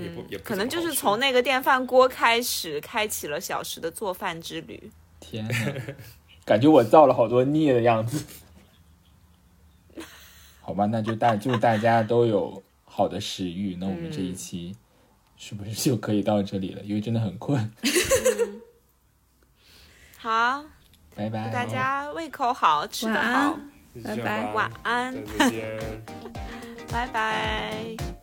[SPEAKER 5] 也不也不
[SPEAKER 3] 可能就是
[SPEAKER 5] 怎么
[SPEAKER 3] 从
[SPEAKER 5] 好
[SPEAKER 3] 那个电饭锅开始，开启了小时的做饭之旅。
[SPEAKER 1] 天 呐，感觉我造了好多孽的样子。好吧，那就大就大家都有好的食欲，那我们
[SPEAKER 3] 嗯
[SPEAKER 1] 这一期是不是就可以到这里了？因为真的很困，
[SPEAKER 3] 好，
[SPEAKER 1] 拜拜，
[SPEAKER 3] 大家胃口好，吃
[SPEAKER 2] 晚
[SPEAKER 3] 得
[SPEAKER 2] 安
[SPEAKER 3] 好，
[SPEAKER 1] 嗯
[SPEAKER 5] 吃就这样
[SPEAKER 2] 拜拜
[SPEAKER 5] 吧
[SPEAKER 3] 晚安，
[SPEAKER 5] 再见。
[SPEAKER 3] 拜拜